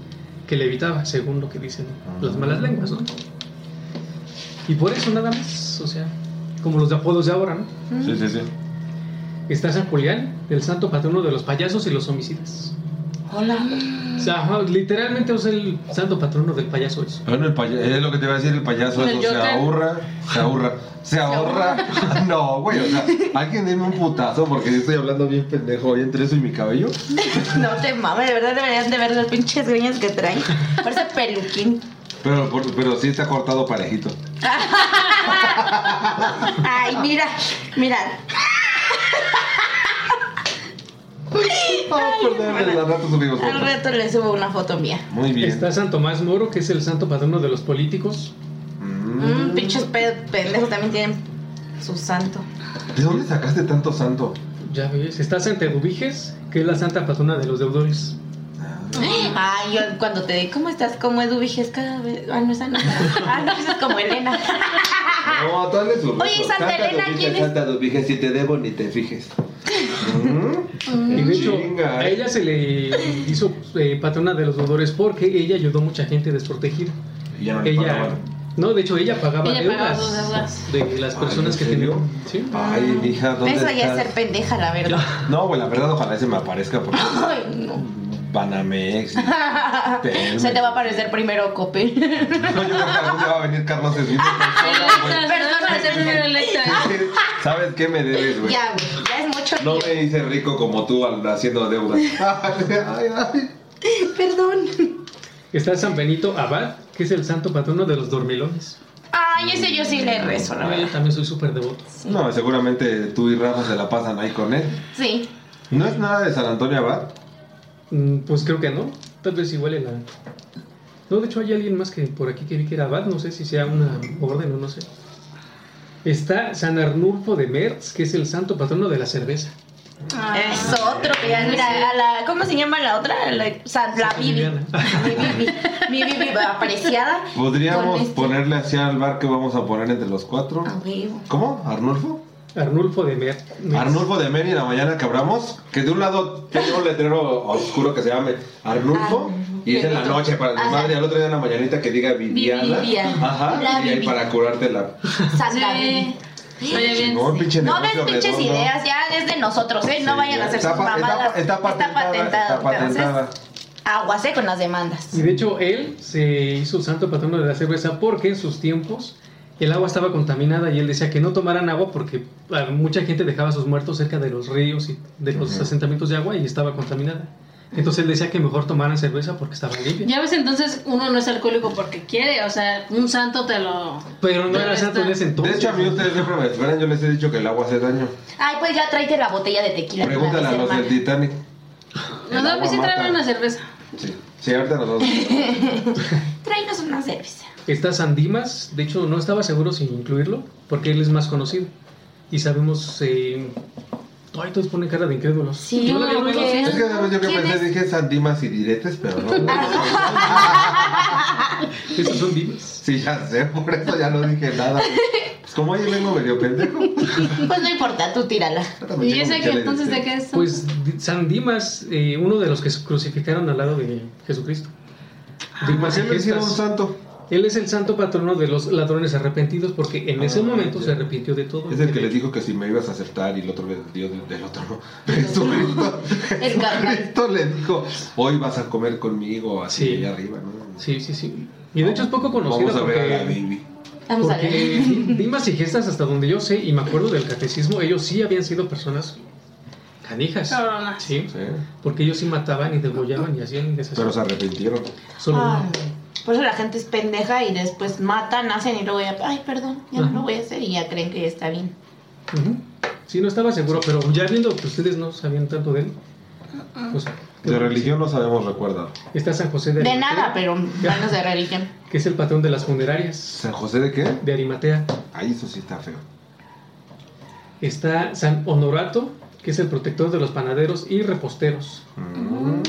C: que le evitaba, según lo que dicen las malas lenguas, ¿no? Y por eso nada más, o sea, como los de apodos de ahora, ¿no?
A: Sí, sí, sí.
C: Está San Julián, el santo patrono de los payasos y los homicidas.
B: Hola.
C: O sea, ajá, literalmente es el santo patrono del payaso. eso.
A: Bueno, el paya- es lo que te iba a decir, el payaso
D: El
A: eso, se
D: Joker.
A: ahorra, se ahorra, se ahorra. No, güey, o sea, alguien dime un putazo porque yo estoy hablando bien pendejo hoy entre eso y mi cabello.
B: No te mames, de verdad deberían de ver las pinches greñas que trae. Parece peluquín.
A: Pero, por- pero sí está cortado parejito.
B: Ay, mira, mira.
A: Ah, perdón,
B: hermana.
A: al rato subimos
B: Al
A: foto.
B: rato le subo una foto mía.
A: Muy bien.
C: Está San Tomás Moro, que es el santo patrono de los políticos.
A: Mm.
B: Mm, pinches pe- pendejos también tienen su santo.
A: ¿De dónde sacaste tanto santo?
C: Ya ves. Está Santa Eduviges, que es la santa patrona de los deudores.
B: Ay, yo cuando te di, ¿cómo estás? Como Eduviges cada vez. Ah, no, esa no. Ah, no, esa es como Elena.
A: No, tú hazle su
B: Oye,
A: rezo.
B: Santa Elena,
A: Dubíges,
B: ¿quién es?
A: Santa Dubíges, si te debo ni te fijes.
B: Mm.
A: Mm.
C: Y de hecho,
A: Chinga,
C: a
A: eh.
C: ella se le hizo eh, patrona de los deudores porque ella ayudó a mucha gente desprotegida.
A: Y ya no le
C: Ella,
A: pagaban.
C: no, de hecho, ella pagaba
D: Ella pagaba
C: deudas,
D: sus
C: de las
A: Ay,
C: personas
A: ¿en
C: que
A: serio?
C: tenían. Sí.
A: Ay, mija, ¿dónde
B: Eso ya es
A: estás?
B: ser pendeja, la verdad.
A: No, güey, la verdad, ojalá ese me aparezca porque
B: Ay, no.
A: Banamex.
B: Se te va a aparecer primero Coppel.
A: No, yo creo que algún día va a venir Carlos Slim.
D: Electa,
B: Pero
D: no
B: no
D: para ser primero electa.
A: ¿Sabes qué me debes, güey?
B: Ya, güey, ya es mucho.
A: No me hice rico como tú al- haciendo deudas. Ay, ay.
B: Perdón.
C: Está San Benito Abad, que es el santo patrono de los dormilones.
B: Ay, ese yo sí le rezo, la
C: Ah, yo
B: verdad.
C: también soy súper devoto.
A: No, seguramente tú y Rafa se la pasan ahí con él.
B: Sí.
A: ¿No es nada de San Antonio Abad?
C: Mm, Pues creo que no. Tal vez igual en la. No, de hecho hay alguien más que por aquí que vi que era Abad. No sé si sea una orden o no sé. Está San Arnulfo de Merz, que es el santo patrono de la cerveza.
D: Ah,
B: Es otro, que ya, mira, a la, ¿cómo se llama la otra? La, San- la Bibi.
C: Liliana.
B: Mi Bibi, mi Bibi apreciada.
A: Podríamos
B: Con este-
A: ponerle así al bar que vamos a poner entre los cuatro.
B: A huevo.
A: ¿Cómo? ¿Arnulfo?
C: Arnulfo de Mer- Merz.
A: Arnulfo de Meri en la mañana que abramos, que de un lado tiene un letrero oscuro que se llame Arnulfo, y es en la noche para el
B: Ajá.
A: desmadre, y al otro día en la mañanita que diga Viviana,
B: Viviana. La
A: ajá, y ahí
B: Vivi.
A: para curarte la...
B: Santa
D: Sí.
B: Bibi.
D: Oye, bien.
A: No, pinche
B: No des
A: negocio
B: pinches
A: redondo.
B: ideas, ya es de nosotros, ¿eh? No
A: Sí,
B: vayan a
A: ya.
B: hacer
A: Está
B: sus
A: pa- está pa-
B: mamadas.
A: está patentada, está patentada.
B: Entonces, aguas, eh, con las demandas.
C: Y de hecho él se hizo santo patrono de la cerveza porque en sus tiempos el agua estaba contaminada y él decía que no tomaran agua porque ah, mucha gente dejaba a sus muertos cerca de los ríos y de los asentamientos de agua y estaba contaminada. Entonces él decía que mejor tomaran cerveza porque estaba limpia.
D: Ya ves, entonces uno no es alcohólico porque quiere, o sea, un santo te lo.
C: Pero no era
D: Pero
C: santo en
D: está-
C: ese entonces.
A: De hecho, a mí ustedes siempre me esperan, yo les he dicho que el agua hace daño.
B: Ay, pues ya tráete la botella de tequila. de una
A: Pregúntale a
B: vez,
A: los del
B: hermana.
A: Titanic.
D: No,
A: El
D: no,
A: agua
D: pues sí
A: mata.
D: traen una cerveza.
A: Sí, sí, ahorita nosotros.
B: Tráenos una cerveza.
C: Está San Dimas, de hecho no estaba seguro sin incluirlo porque él es más conocido. Y sabemos... Eh... Ay, todos ponen cara de incrédulos.
B: Sí,
C: Yo la- yo la-
B: porque-
A: Es que sabes yo que
B: ¿Quién
A: pensé,
B: es?
A: dije Sandimas y Diretes, pero no.
C: Esos son Dimas.
A: Sí, ya sé, por eso ya no dije nada. Como ahí vengo medio pendejo.
B: Pues no importa, tú tírala.
D: ¿Y ese que entonces de qué es?
C: Pues di- San Dimas, eh, uno de los que se crucificaron al lado de Jesucristo.
A: Ah,
C: Dimas
A: ¿Qué
C: y
A: le pues hicieron un
C: Gestas.
A: santo?
C: Él es el santo patrono de los ladrones arrepentidos porque en ese
A: Ah,
C: momento
A: ya.
C: se arrepintió de todo.
A: Es el que les dijo que si me ibas a aceptar y el otro le dio del, del otro no. Jesucristo,
B: El carnal.
A: Jesucristo le dijo, hoy vas a comer conmigo así
C: Sí.
A: allá arriba, ¿no?
C: Sí, sí, sí. Y de hecho es poco conocido
A: Vamos a
C: porque,
A: ver a la Bibi.
B: Vamos a ver.
C: porque Dimas y Gestas, hasta donde yo sé y me acuerdo del catecismo, ellos sí habían sido personas canijas.
B: Ah.
D: Cabronas.
C: Sí,
A: Sí.
C: porque ellos sí mataban y degollaban y hacían y deshacían.
A: Pero se arrepintieron.
C: Solo
B: Ah,
C: uno.
B: Por eso la gente es pendeja y después matan, hacen y luego ya, ay, perdón, ya no lo voy a hacer y ya creen que ya está bien.
C: Ujú. Sí, no estaba seguro, pero ya viendo que ustedes no sabían tanto de él, pues,
A: De religión no sabemos, recuerda.
C: está San José de
B: De
C: Arimatea,
B: nada, pero menos de religión.
C: que es el patrón de las funerarias
A: ¿San José de qué?
C: de Arimatea.
A: Ahí eso sí está feo.
C: Está San Honorato, que es el protector de los panaderos y reposteros.
A: Mm.
C: Ujú,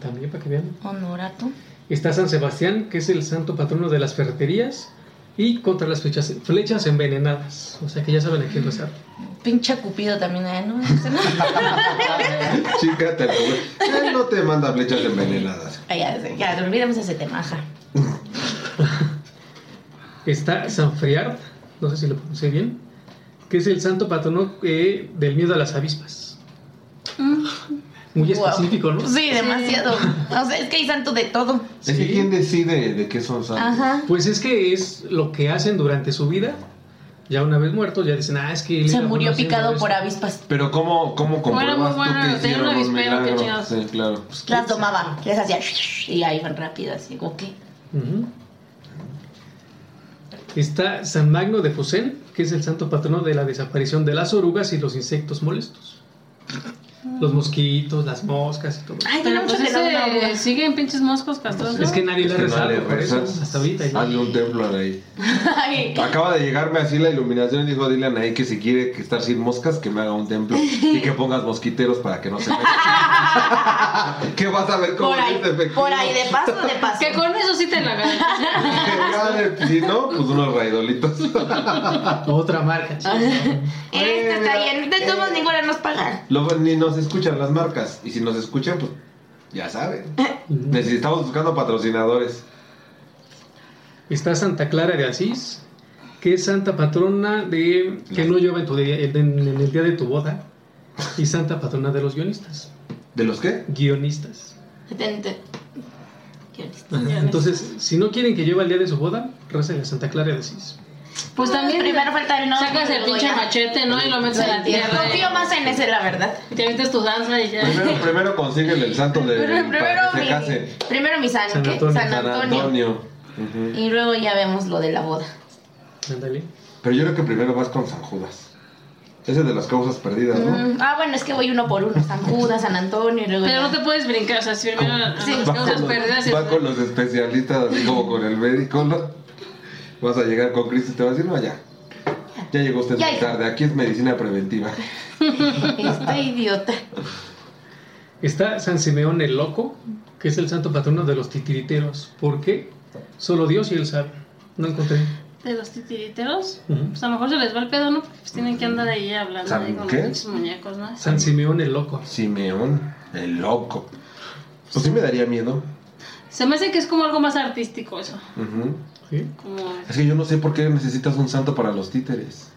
C: También para que vean.
B: Honorato.
C: Está San Sebastián, que es el santo patrono de las ferreterías y contra las flechas, flechas envenenadas. O sea que ya saben a quién rezar.
B: Pincha Cupido también, ¿eh? ¿no? Ese no.
A: Chica, te lo juro. Él no te manda flechas envenenadas.
B: Ay, ya, ya, olvidemos ese tema, ajá.
C: Está San Friard, no sé si lo pronuncié bien, que es el santo patrono eh, del miedo a las avispas. Muy
B: Mm. Guau.
C: específico, ¿no?
B: Sí, demasiado. O sea, es que hay santo de todo.
A: Es que
C: Sí.
A: quién decide de qué son santos.
B: Ajá.
C: Pues es que es lo que hacen durante su vida. Ya una vez muertos, ya dicen, ah, es que... él
B: Se
C: era bueno
B: murió
C: haciendo
B: picado
C: esto".
B: por avispas.
A: Pero cómo, cómo compruebas
D: muy
A: tú
D: bueno,
A: que
D: tenía
A: hicieron
D: un
A: un
D: avispero, qué
A: milagro?
D: chingados.
A: Sí, claro.
B: Las domaban, les hacía y ahí van rápido, así, ¿ok?
C: Ujú. Está San Magno de Fusén, que es el santo patrono de la desaparición de las orugas y los insectos molestos. Los mosquitos, las moscas y todo.
B: Ay, tiene
D: Pero
B: mucho
D: pues
B: que no una
D: ese
B: boda.
D: siguen pinches moscos castrosos.
C: Pues, Es que nadie le ha
A: Es que no
C: rezado
A: le
C: por eso,
A: rezas.
C: hasta ahorita. ya.
A: Hazle un templo a Anaí.
B: Ay,
A: Acaba de llegarme así la iluminación y dijo, dile a Anaí que si quiere que estar sin moscas, que me haga un templo y que pongas mosquiteros para que no se metan. ¿Qué vas a ver cómo
B: Por ahí,
A: es efectivo?
B: por ahí, de paso, de paso.
D: Que con eso sí te la ganas.
A: Dale, Si no, pues unos raidolitos.
C: Otra marca, chica.
B: Este está bien, de todos modos ninguna nos paga.
A: Lo- ni nos escuchan las marcas. Y si nos escuchan, pues ya saben. Necesitamos buscando patrocinadores.
C: Está Santa Clara de Asís, que es santa patrona de que no llueva en, tu día- en- en el día de tu boda. Y santa patrona de los guionistas.
A: ¿De los qué?
C: Guionistas.
B: Detente. Qué listo.
C: Ajá, Entonces, si no quieren que llueva el día de su boda, recen a Santa Clara de Asís.
D: Pues también
B: primero falta el nombre.
D: sacas el
B: luego
D: pinche
B: ya.
D: machete, ¿no? Y lo metes en la tierra.
B: Confío más en ese, la verdad.
D: Y te metes tu danza y ya.
A: Primero, primero consíguele el santo de
B: Primero,
A: para que se
B: mi,
A: case.
B: primero mi San,
C: San
B: ¿qué?
C: Antonio.
B: San
A: San
B: Antonio.
A: Antonio. Ujú.
B: Y luego ya vemos lo de la boda.
C: Ándale.
A: Pero yo creo que primero vas con San Judas. Ese es de las causas perdidas, ¿no?
B: Mm, Ah, bueno, es que voy uno por uno. San Judas, San Antonio y luego.
D: Pero
B: ya.
D: no te puedes brincar, o sea, si primero a- a
B: Sí.
D: las
A: Va
D: causas
A: con,
D: perdidas. y-
A: los, va con los especialistas, así como con el médico, ¿no? Vas a llegar con Cristo y te va a decir, no, ya. Ya llegó usted
B: Ya,
A: muy
B: ya.
A: tarde, aquí es medicina preventiva.
B: Está Este idiota.
C: Está San Simeón el Loco, que es el santo patrono de los titiriteros. ¿Por qué? Solo Dios y él sabe. No encontré.
D: De los titiriteros.
C: Ujú.
D: Pues a lo mejor se les va el pedo, ¿no? Porque pues tienen que andar ahí hablando
A: ¿San
D: ahí con
A: qué?
D: los pinches muñecos, ¿no?
C: San Simeón el Loco.
A: Simeón, el loco. Pues sí me daría miedo.
D: Se me hace que es como algo más artístico eso.
A: Ujú.
C: ¿Sí?
D: Como...
A: Es que yo no sé por qué necesitas un santo para los títeres.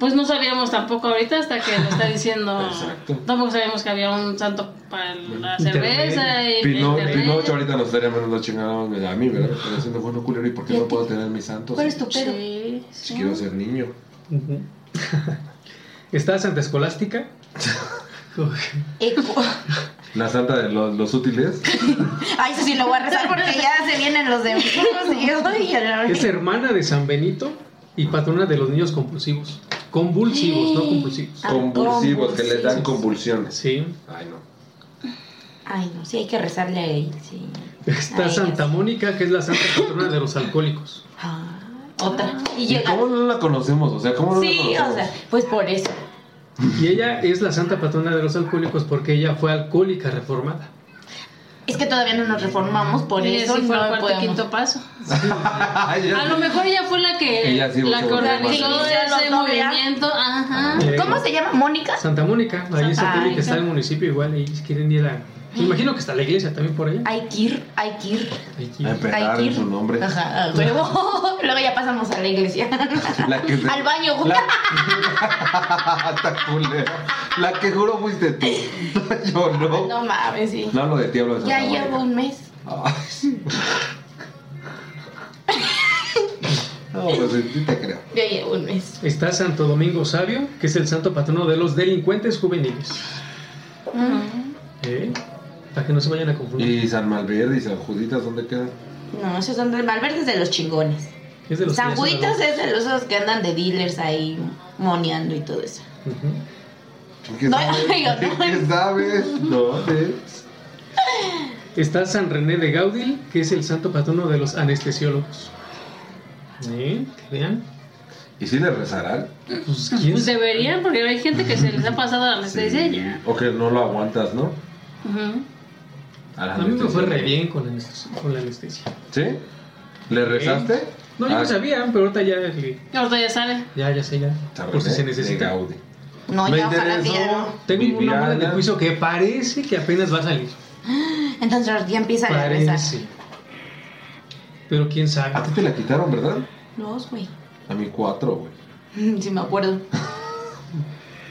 D: Pues no sabíamos tampoco ahorita hasta que lo está diciendo.
A: Exacto.
D: Tampoco sabíamos que había un santo para la
C: Internet.
D: cerveza y
A: Pino,
D: internet.
A: Pinocho ahorita nos estaría mandando chingada a mí, ¿verdad? Pero diciendo, bueno, culero, ¿y por qué no puedo tener mis santos?
B: ¿Cuál es tu pedo?
D: Sí,
A: Si
D: sí.
A: quiero ser niño.
C: Ujú. Está Santa Escolástica.
B: Eco.
A: La santa de los, los útiles.
B: Ay, eso sí lo voy a rezar porque ya se vienen los demás. Y yo, ay, a la hora.
C: Es hermana de San Benito y patrona de los niños compulsivos. Convulsivos, no compulsivos.
B: Ah,
A: Convulsivos, que les dan
B: convulsivos.
A: convulsiones.
C: Sí.
A: Ay, no.
B: Ay, no, sí, hay que rezarle a él. Sí.
C: Está
B: Ay,
C: Santa Mónica, que es la santa patrona de los alcohólicos.
B: Ah, otra. Y
A: ¿Y
B: llega.
A: cómo no la conocemos? O sea, ¿cómo no
B: Sí,
A: la
B: o
A: conocemos?
B: sea, pues por eso.
C: Y ella es la santa patrona de los alcohólicos porque ella fue alcohólica reformada.
B: Es que todavía no nos reformamos, por
D: Y
B: eso
D: ese fue el
B: no
D: cuarto,
B: podemos.
D: quinto paso.
A: Ya-
D: A
B: ah,
D: lo mejor ella fue la que,
A: Ella sí
D: la
A: buscó
D: que
A: problemas.
D: organizó
B: Sí, ya
D: ese
B: lo doble.
D: movimiento. Ajá.
C: Sí.
B: Ah, Eh, ¿Cómo se llama? ¿Mónica?
C: Santa Mónica, ahí
D: Santa
C: en Satélite
D: Mónica.
C: está el municipio igual, ahí si quieren ir a... Me imagino que está la iglesia también por allá.
B: Hay que ir, hay que ir,
C: Ahí aquí.
A: A empezar
B: hay que
A: en
B: ir.
A: su nombre.
B: Ajá, a huevo. Luego ya pasamos a la iglesia.
A: La que se-
B: Al baño.
A: La... Está culera. La que juro fuiste tú. Yo no.
B: No mames, sí.
A: No hablo de ti, hablo de Santa
B: Ya
A: Mónica.
B: llevo un mes.
A: Ay. No, pues sí te creo.
B: Ya llevo un mes.
C: Está Santo Domingo Sabio, que es el santo patrono de los delincuentes juveniles. ¿Eh? Para que no se vayan a confundir.
A: ¿Y San Malverde y San Juditas dónde quedan?
B: No, esos son de Malverde es de los chingones.
C: Es de los
B: San
C: que ya son
B: Juditas
C: adultos.
B: es de los esos que andan de dealers ahí moneando y todo eso.
C: Ujú.
A: ¿Qué
B: No,
A: sabes?
B: oiga, no.
A: ¿Qué sabes? No, sí.
C: Está San René de Gaudil, que es el santo patrono de los anestesiólogos. ¿Eh? ¿Que vean?
A: ¿Y si le rezarán?
C: Pues, ¿quién
D: Pues
C: sabe?
D: deberían, porque hay gente que se les ha pasado la
B: Pues
D: anestesia y ya.
A: O que no lo aguantas, ¿no?
D: Ujú.
A: A la
C: A mí me fue
A: anestesia.
C: re bien con la anestesia. Con la anestesia.
A: ¿Sí? ¿Le rezaste?
C: No, yo
A: Ah,
C: no sabía, pero ahorita ya, le-
D: Ahorita ya sale.
C: ya, ya sé, ya.
A: San
C: Por si
A: René
C: se
A: de
C: necesita.
A: Gaudí.
B: No,
A: Me
B: ya ojalá que ya
A: interesó
B: no.
C: Tengo un nombre de
A: Viviana.
C: juicio que parece que apenas va a salir.
B: Entonces ya empieza a rezar.
C: Parece. Pero quién
A: A ti
C: sabe.
A: te la quitaron, ¿verdad?
B: Los, güey.
A: A mí cuatro, güey.
B: Si me acuerdo.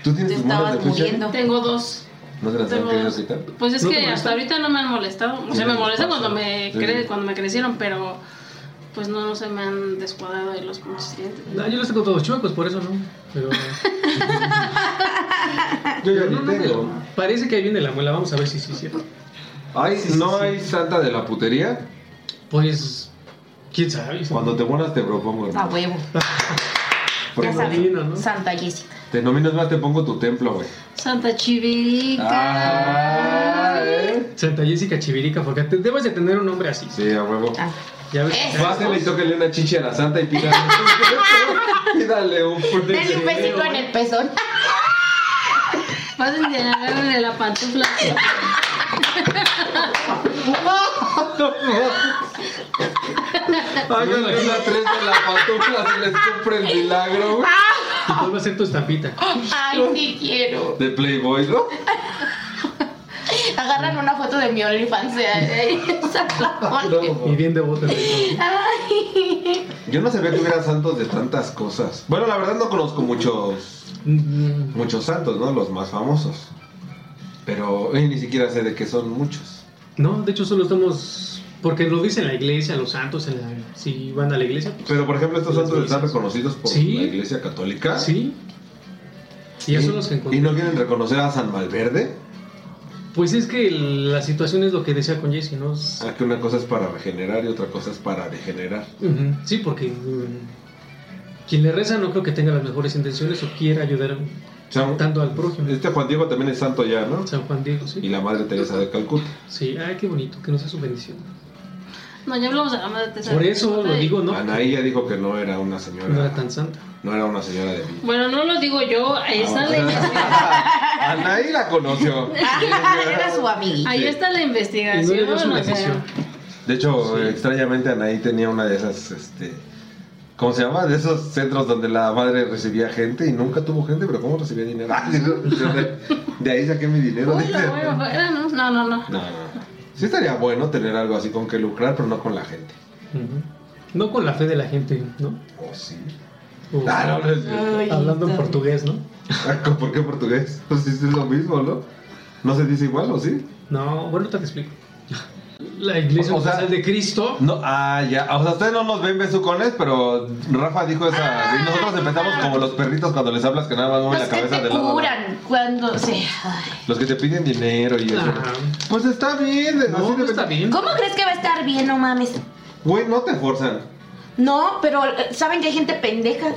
A: ¿Tú tienes
B: Te
A: tus monedas
B: estabas
A: de juicio?
B: muriendo.
D: Tengo dos.
A: ¿No te las han
D: Tengo
A: querido
D: dos.
A: quitar?
D: Pues es
C: ¿No te
D: que
C: molesta?
D: hasta ahorita no me han molestado. O sea,
A: Sí,
D: me molesta
A: pasa.
D: cuando me,
A: Sí.
D: cre- cuando me crecieron, pero pues no, no se me han descuadrado ahí los pinches dientes.
C: No, Ah, yo los tengo todos chuecos, por eso no. Pero,
B: Ah,
A: Yo ya
C: pero
A: ni
C: no, no,
A: tengo.
C: pero parece que ahí viene la muela. Vamos a ver si sí es cierto.
A: Ay,
C: Sí, sí,
A: ¿No
C: sí.
A: hay santa de la putería?
C: Pues, quién sabe.
A: Cuando te mueras te propongo.
B: A
A: hermano.
B: huevo.
A: Porque
B: Ya sabes.
C: divino, ¿no?
B: Santa Jessica.
A: Te nominas más, te pongo tu templo, güey.
D: Santa Chivirica.
A: Ah, ¿eh?
C: Santa Jessica Chivirica, porque te- debes de tener un nombre así.
A: Sí, a huevo.
B: Ah,
C: Ya ves.
B: Eh.
A: Pásale y tóquele una chicha a la santa y pídale. pídale un
C: Del
B: Dale un besito en el pezón.
D: Pasen de agarrarle la pantufla.
A: Háganle una tres de la pantufla si les compra el milagro, güey.
C: ¿Y cuál va a ser tu estampita?
B: Ay, sí quiero.
A: De Playboy, ¿no?
B: Agarran una foto de mi OnlyFans. eh, esa la ponen.
C: Y
A: No.
C: bien devota.
B: Ay.
A: Yo no sabía que hubiera santos de tantas cosas. Bueno, la verdad no conozco muchos,
C: Mm,
A: muchos santos, ¿no? Los más famosos. Pero eh, ni siquiera sé de qué son muchos.
C: No, de hecho solo estamos... Porque lo dicen la iglesia, los santos, en la- si van a la iglesia.
A: Pero, por ejemplo, estos
C: Las
A: santos están
C: misas.
A: reconocidos por
C: Sí.
A: la Iglesia Católica.
C: Sí. Ah. Y ya son los que
A: ¿Y
C: encontré.
A: no quieren reconocer a San Malverde?
C: Pues es que el- la situación es lo que decía con Jesse, ¿no? Es-
A: Ah, que una cosa es para regenerar y otra cosa es para degenerar.
C: Ujú, Sí, porque mm, quien le reza no creo que tenga las mejores intenciones o quiera ayudar
A: San-
C: tanto al prójimo.
A: este Juan Diego también es santo ya, ¿no?
C: San Juan Diego,
A: Y
C: sí.
A: la Madre Teresa de Calcuta.
C: Sí, ay, qué bonito, que nos sea su bendición.
D: No, ya hablamos de la madre Teresa.
C: Por eso lo
D: Ay.
C: digo, ¿no?
A: Anaí ya dijo que Ah, no era una señora.
C: No era tan santa.
A: no era una señora de vida.
D: Bueno, no lo digo yo, ahí está la investigación.
A: Anaí la conoció.
B: Era su amiguita.
D: Ahí
A: Sí.
D: está la
C: Y no
D: investigación.
C: le dio su
D: o sea,
C: bendición.
A: De hecho, extrañamente Anaí tenía una de esas, este, ¿cómo se llama? De esos centros donde la madre recibía gente y nunca tuvo gente, pero ¿cómo recibía dinero? Ah, sí, de, de ahí saqué mi dinero.
D: Uy,
A: dice.
D: lo bueno fuera, ¿no? No, no, no.
A: No, no, no. Sí estaría bueno tener algo así con que lucrar, pero no con la gente.
C: Ujú. No con la fe de la gente, ¿no?
A: ¿O Oh, sí?
C: O-
A: Ah, no, no es cierto.
B: Ay,
C: hablando en
B: está-
C: portugués, ¿no?
A: Ah, ¿con- ¿Por qué portugués? Pues sí, es lo mismo, ¿no? ¿No se dice igual o sí?
C: No, bueno, te explico. La iglesia
A: O sea-
C: universal de Cristo.
A: No, ah, ya. O sea, ustedes no nos ven besucones, pero Rafa dijo esa. y nosotros empezamos como los perritos cuando les hablas que nada más mueven
B: Los
A: la
B: que
A: cabeza
B: te
A: de lado. a lado.
B: curan cuando se. ay.
A: Los que te piden dinero y eso.
C: Ajá.
A: Pues está bien, de- así
C: No,
A: de-
C: no está bien.
B: ¿Cómo crees que va a estar bien, no mames?
A: Güey, no te forzan.
B: No, pero eh, saben que hay gente pendeja.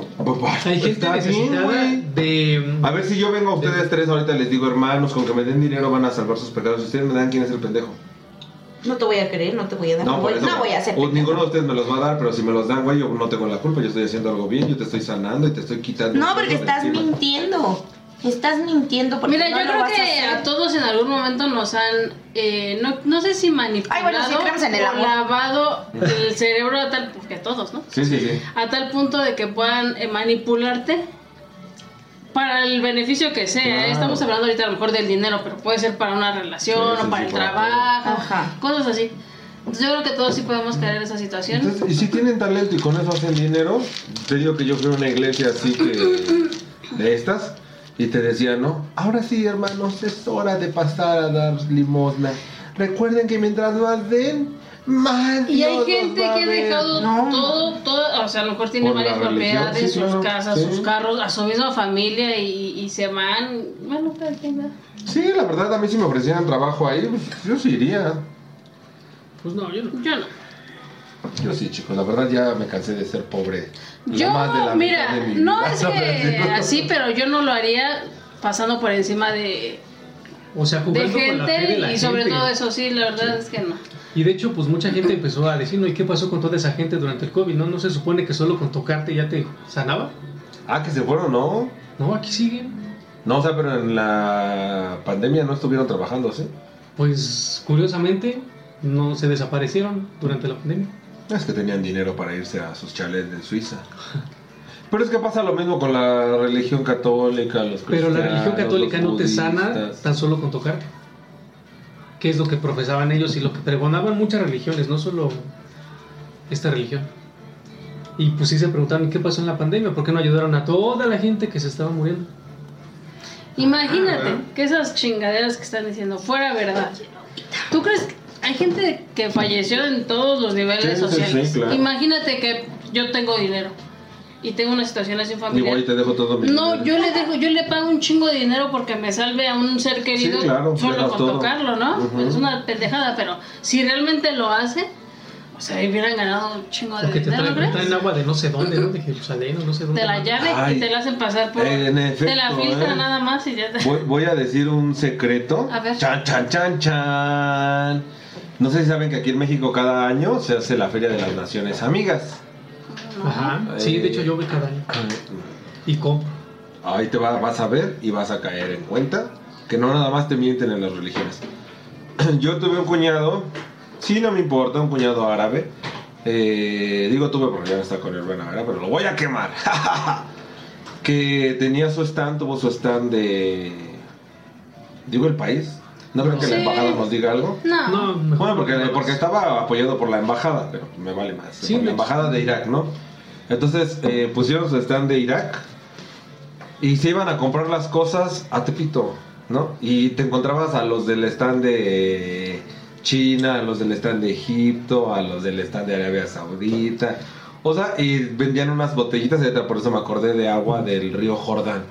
C: Hay gente
A: Está bien,
C: necesitada
A: güey.
C: de.
A: A ver si yo vengo a ustedes tres ahorita les digo, hermanos, con que me den dinero van a salvar sus pecados. Si ustedes me dan, ¿quién es el pendejo?
B: No te voy a creer, no te voy a dar. No,
A: por
B: voy,
A: eso,
B: no voy a hacer.
A: o ninguno de ustedes me los va a dar, pero si me los dan, güey, yo no tengo la culpa. Yo estoy haciendo algo bien, yo te estoy sanando y te estoy quitando.
B: No,
A: todo
B: porque
A: de
B: estás
A: encima.
B: mintiendo. Estás mintiendo porque
D: Mira,
B: no
D: yo
B: lo
D: creo
B: vas a
D: que a,
B: hacer.
D: todos en algún momento nos han, eh, no, no sé si manipulado
B: Ay, bueno, sí, creemos en el
D: o
B: amor.
D: lavado el cerebro a tal, porque a todos, ¿no?
A: Sí, sí, sí.
D: A tal punto de que puedan eh, manipularte para el beneficio que sea. ¿eh?
A: Claro.
D: Estamos hablando ahorita a lo mejor del dinero, pero puede ser para una relación
A: Sí, sí,
D: o para
A: sí,
D: el
A: para todo.
D: trabajo,
B: Ajá.
D: cosas así. Entonces, yo creo que todos sí podemos caer en esa situación.
A: Entonces, y si tienen talento y con eso hacen dinero, te digo que yo fui a una iglesia así que de estas y te decían, ¿no? Ahora sí, hermanos, es hora de pasar a dar limosna. Recuerden que mientras más den, más
D: Y hay
A: Dios
D: gente
A: nos va
D: que
A: a
D: ha
A: ver".
D: dejado
B: No.
D: todo, todo, o sea, a lo mejor tiene
A: Por la
D: varias
A: religión,
D: propiedades,
A: sí,
D: sus
A: claro,
D: casas,
A: sí.
D: sus carros, a su misma familia y, y se van. Bueno, cada quien, ¿no?
A: Sí, la verdad, a mí si me ofrecieran trabajo ahí, pues, yo sí iría.
C: Pues no, yo no.
D: yo no.
A: Yo sí, chicos, la verdad ya me cansé de ser pobre. Lo más de
D: Yo,
A: la
D: mira,
A: mitad de mi
D: no
A: vida,
D: es que
A: pero-
D: así, pero yo no lo haría pasando por encima de,
C: O sea,
D: de
C: jugando con la fe de
D: gente
C: la
D: y sobre
C: gente.
D: todo eso, sí, la verdad es que no.
C: Y de hecho, pues mucha gente empezó a decir, ¿no? ¿Y qué pasó con toda esa gente durante el COVID? ¿No? ¿No se supone que solo con tocarte ya te sanaba?
A: Ah, que se fueron, ¿no?
C: No, aquí siguen.
A: No, o sea, pero en la pandemia no estuvieron trabajando, ¿sí?
C: Pues curiosamente, no se desaparecieron durante la pandemia.
A: Es que tenían dinero para irse a sus chalets de Suiza. Pero es que pasa lo mismo con la religión católica, los
C: Pero la
A: cristianos,
C: religión católica
A: los
C: no te sana
A: budistas.
C: tan solo con tocarte. Que es lo que profesaban ellos y lo que pregonaban muchas religiones, no solo esta religión. Y pues sí se preguntaron, ¿qué pasó en la pandemia? ¿Por qué no ayudaron a toda la gente que se estaba muriendo?
A: Ah,
D: Imagínate que esas chingaderas que están diciendo fuera verdad. ¿Tú crees que hay gente que falleció en todos los
A: Sí,
D: niveles
A: sí,
D: sociales?
A: sí, claro.
D: Imagínate que yo tengo dinero y tengo una situación así
A: Y voy
D: familiar.
A: y te dejo todo mi
D: No,
A: dinero.
D: yo le dejo, yo le pago un chingo de dinero porque me salve a un ser querido
A: Sí, claro,
D: solo
A: dejas
D: con
A: todo.
D: tocarlo, ¿no? Pues
A: Ujú.
D: Es una pendejada, pero si realmente lo hace, o sea, ahí hubieran ganado un chingo de
C: Porque te
D: dinero, ¿no
C: traen,
D: crees?
C: traen agua de no sé dónde, ¿no? De Jerusalén o no sé dónde.
D: Te la llave
A: Ay,
D: y te la hacen pasar por.
A: en
D: te la
A: efecto,
D: filtran
A: ¿eh?
D: nada más y ya te.
A: Voy, voy a decir un secreto.
D: A ver.
A: Chan, chan, chan, chan. No sé si saben que aquí en México cada año se hace la Feria de las Naciones Amigas.
C: Ajá. Sí, de hecho yo voy cada año. Y compro.
A: Ahí te va- vas a ver y vas a caer en cuenta que no nada más te mienten en las religiones. Yo tuve un cuñado, sí, no me importa, un cuñado árabe. Eh, digo tuve porque ya no está con el hermana, ¿verdad? Pero lo voy a quemar. que tenía su stand, tuvo su stand de... Digo el país. No creo que la
D: Sí.
A: embajada nos diga algo.
D: No.
C: No, mejor
A: Bueno, porque,
C: no lo
A: porque
C: hagas.
A: estaba apoyado por la embajada, pero me vale más.
C: Sí,
A: por
C: de
A: la
C: hecho.
A: embajada de Irak, ¿no? Entonces eh, pusieron su stand de Irak y se iban a comprar las cosas a Tepito, ¿no? Y te encontrabas a los del stand de China, a los del stand de Egipto, a los del stand de Arabia Saudita. O sea, y vendían unas botellitas, etcétera, por eso me acordé de agua del río Jordán.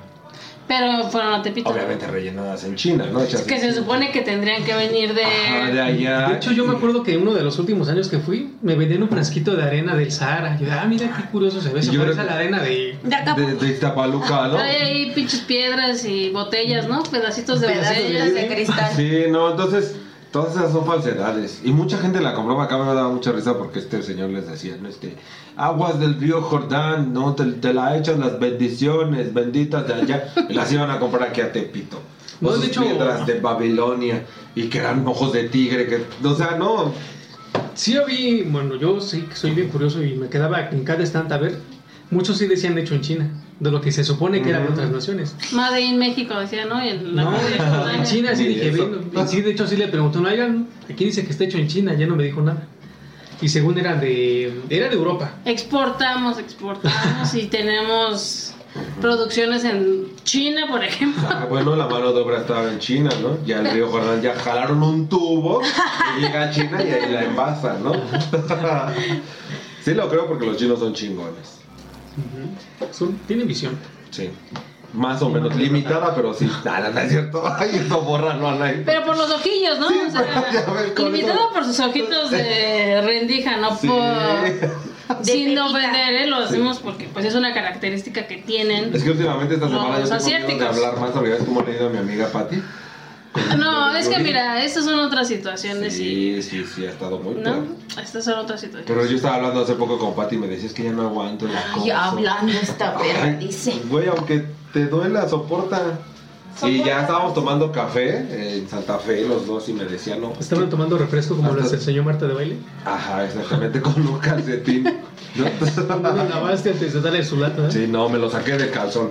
D: Pero fueron a Tepito.
A: Obviamente rellenadas en China, ¿no? Hechas
D: Que
A: en
D: se
A: China.
D: supone que tendrían que venir de.
A: Ajá, de allá.
C: De hecho, yo me acuerdo que uno de los últimos años que fui, me vendían un frasquito de arena del Sahara. Yo, ah, mira qué curioso se ve. Se
A: Yo
C: parece
A: creo
C: a la
A: que-
C: arena de.
B: De acá
A: de, de Iztapaluca, ¿no?
D: Trae ahí pinches piedras y botellas, ¿no? Pedacitos de botellas.
B: pedazos de cristal.
A: Sí, no, entonces todas esas son falsedades. Y mucha gente la compraba acá, me daba mucha risa porque este señor les decía, ¿no? Este, aguas del río Jordán, no, te, te la echan las bendiciones, benditas de allá. Y las iban a comprar aquí a Tepito. O
C: No, de
A: sus
C: hecho-
A: piedras de Babilonia y que eran ojos de tigre, que, o sea, no.
C: Sí, yo vi. Bueno, yo sí que soy bien curioso y me quedaba en cada estante a ver. Muchos sí decían hecho en China, de lo que se supone que eran
A: Ujú.
C: otras naciones.
D: Made in México, decía, ¿no? Y en la
C: No, en China sí
A: Ni
C: dije,
A: eso.
C: ven, y sí, de hecho sí le preguntó, no, oigan, aquí dice que está hecho en China, ya no me dijo nada. Y según era de, era de Europa.
D: Exportamos, exportamos y tenemos producciones en China, por ejemplo.
A: Ah, Bueno, la mano de obra estaba en China, ¿no? Ya el río Jordán ya jalaron un tubo y llega a China y ahí la envasan, ¿no? Sí lo creo porque los chinos son chingones.
C: Son- tienen visión.
A: Sí. Más o menos limitada, pero sí. Nada, no es cierto. Ay, esto borra no al aire.
D: Pero por los ojillos, ¿no?
A: Sí,
D: O sea,
A: pero ya ves, con
D: invitado
A: eso-
D: por sus ojitos de rendija, no
A: Sí.
D: por...
B: De
D: Sin
B: pepita.
D: ofender, ¿eh? lo
A: Sí.
D: hacemos porque pues es una característica que tienen.
A: Es que últimamente esta
D: No,
A: semana
D: los
A: yo tengo miedo de
D: asiáticos.
A: hablar más porque es como le he ido a mi amiga Patti.
D: No,
A: Lo
D: es que
A: vi.
D: mira, estas son otras situaciones
A: Sí, sí, sí, ha estado muy
D: y...
A: peor.
D: ¿No? Estas son otras situaciones.
A: Pero yo estaba hablando hace poco con Patti y me decías que ya no aguanto la cosa.
B: Ay, hablando esta perra,
A: Ay,
B: dice.
A: Güey, aunque te duela, soporta. Y ya estábamos tomando café en Santa Fe los dos y me decían, no.
C: Estaban tomando refresco como
A: Hasta-
C: las enseñó Marta de baile.
A: Ajá, exactamente, con un calcetín. ¿no?
C: No lo lavaste antes de darle su lata. ¿eh?
A: Sí, no, me lo saqué del calzón.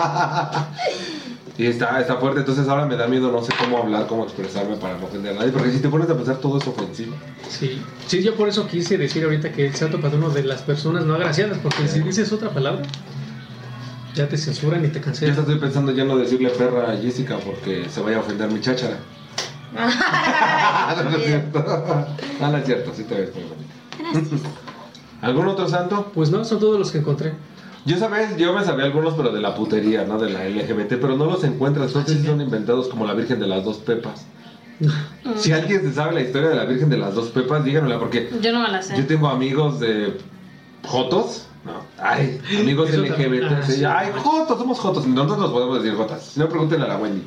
A: y está, está fuerte, entonces ahora me da miedo, no sé cómo hablar, cómo expresarme para no ofender a nadie, porque si te pones a pensar todo es ofensivo.
C: Sí. Sí, yo por eso quise decir ahorita que el santo patrono de las personas no agraciadas, porque si dices otra palabra, ya te censuran y te
A: Yo hasta
C: cancelan.
A: estoy pensando ya no decirle perra a Jessica porque se vaya a ofender mi cháchara. no, no es cierto. No, no es cierto, sí te ves muy bonita. ¿Algún otro santo?
C: Pues no, son todos los que encontré.
A: Yo sabes, yo me sabía algunos, pero de la putería, ¿no? De la LGBT, pero no los encuentras, entonces sí Mm. son inventados como la Virgen de las Dos Pepas.
D: Mm,
A: Si alguien se sabe la historia de la Virgen de las Dos Pepas, díganmela, porque
D: Yo no me la sé.
A: yo tengo amigos de Jotos. No. Ay, amigos
C: Eso
A: LGBT.
C: también, ah,
A: sí,
C: sí.
A: Ay, Jotos, somos Jotos. Nosotros nos podemos decir Jotas. Si no, pregúntenle a la Wendy.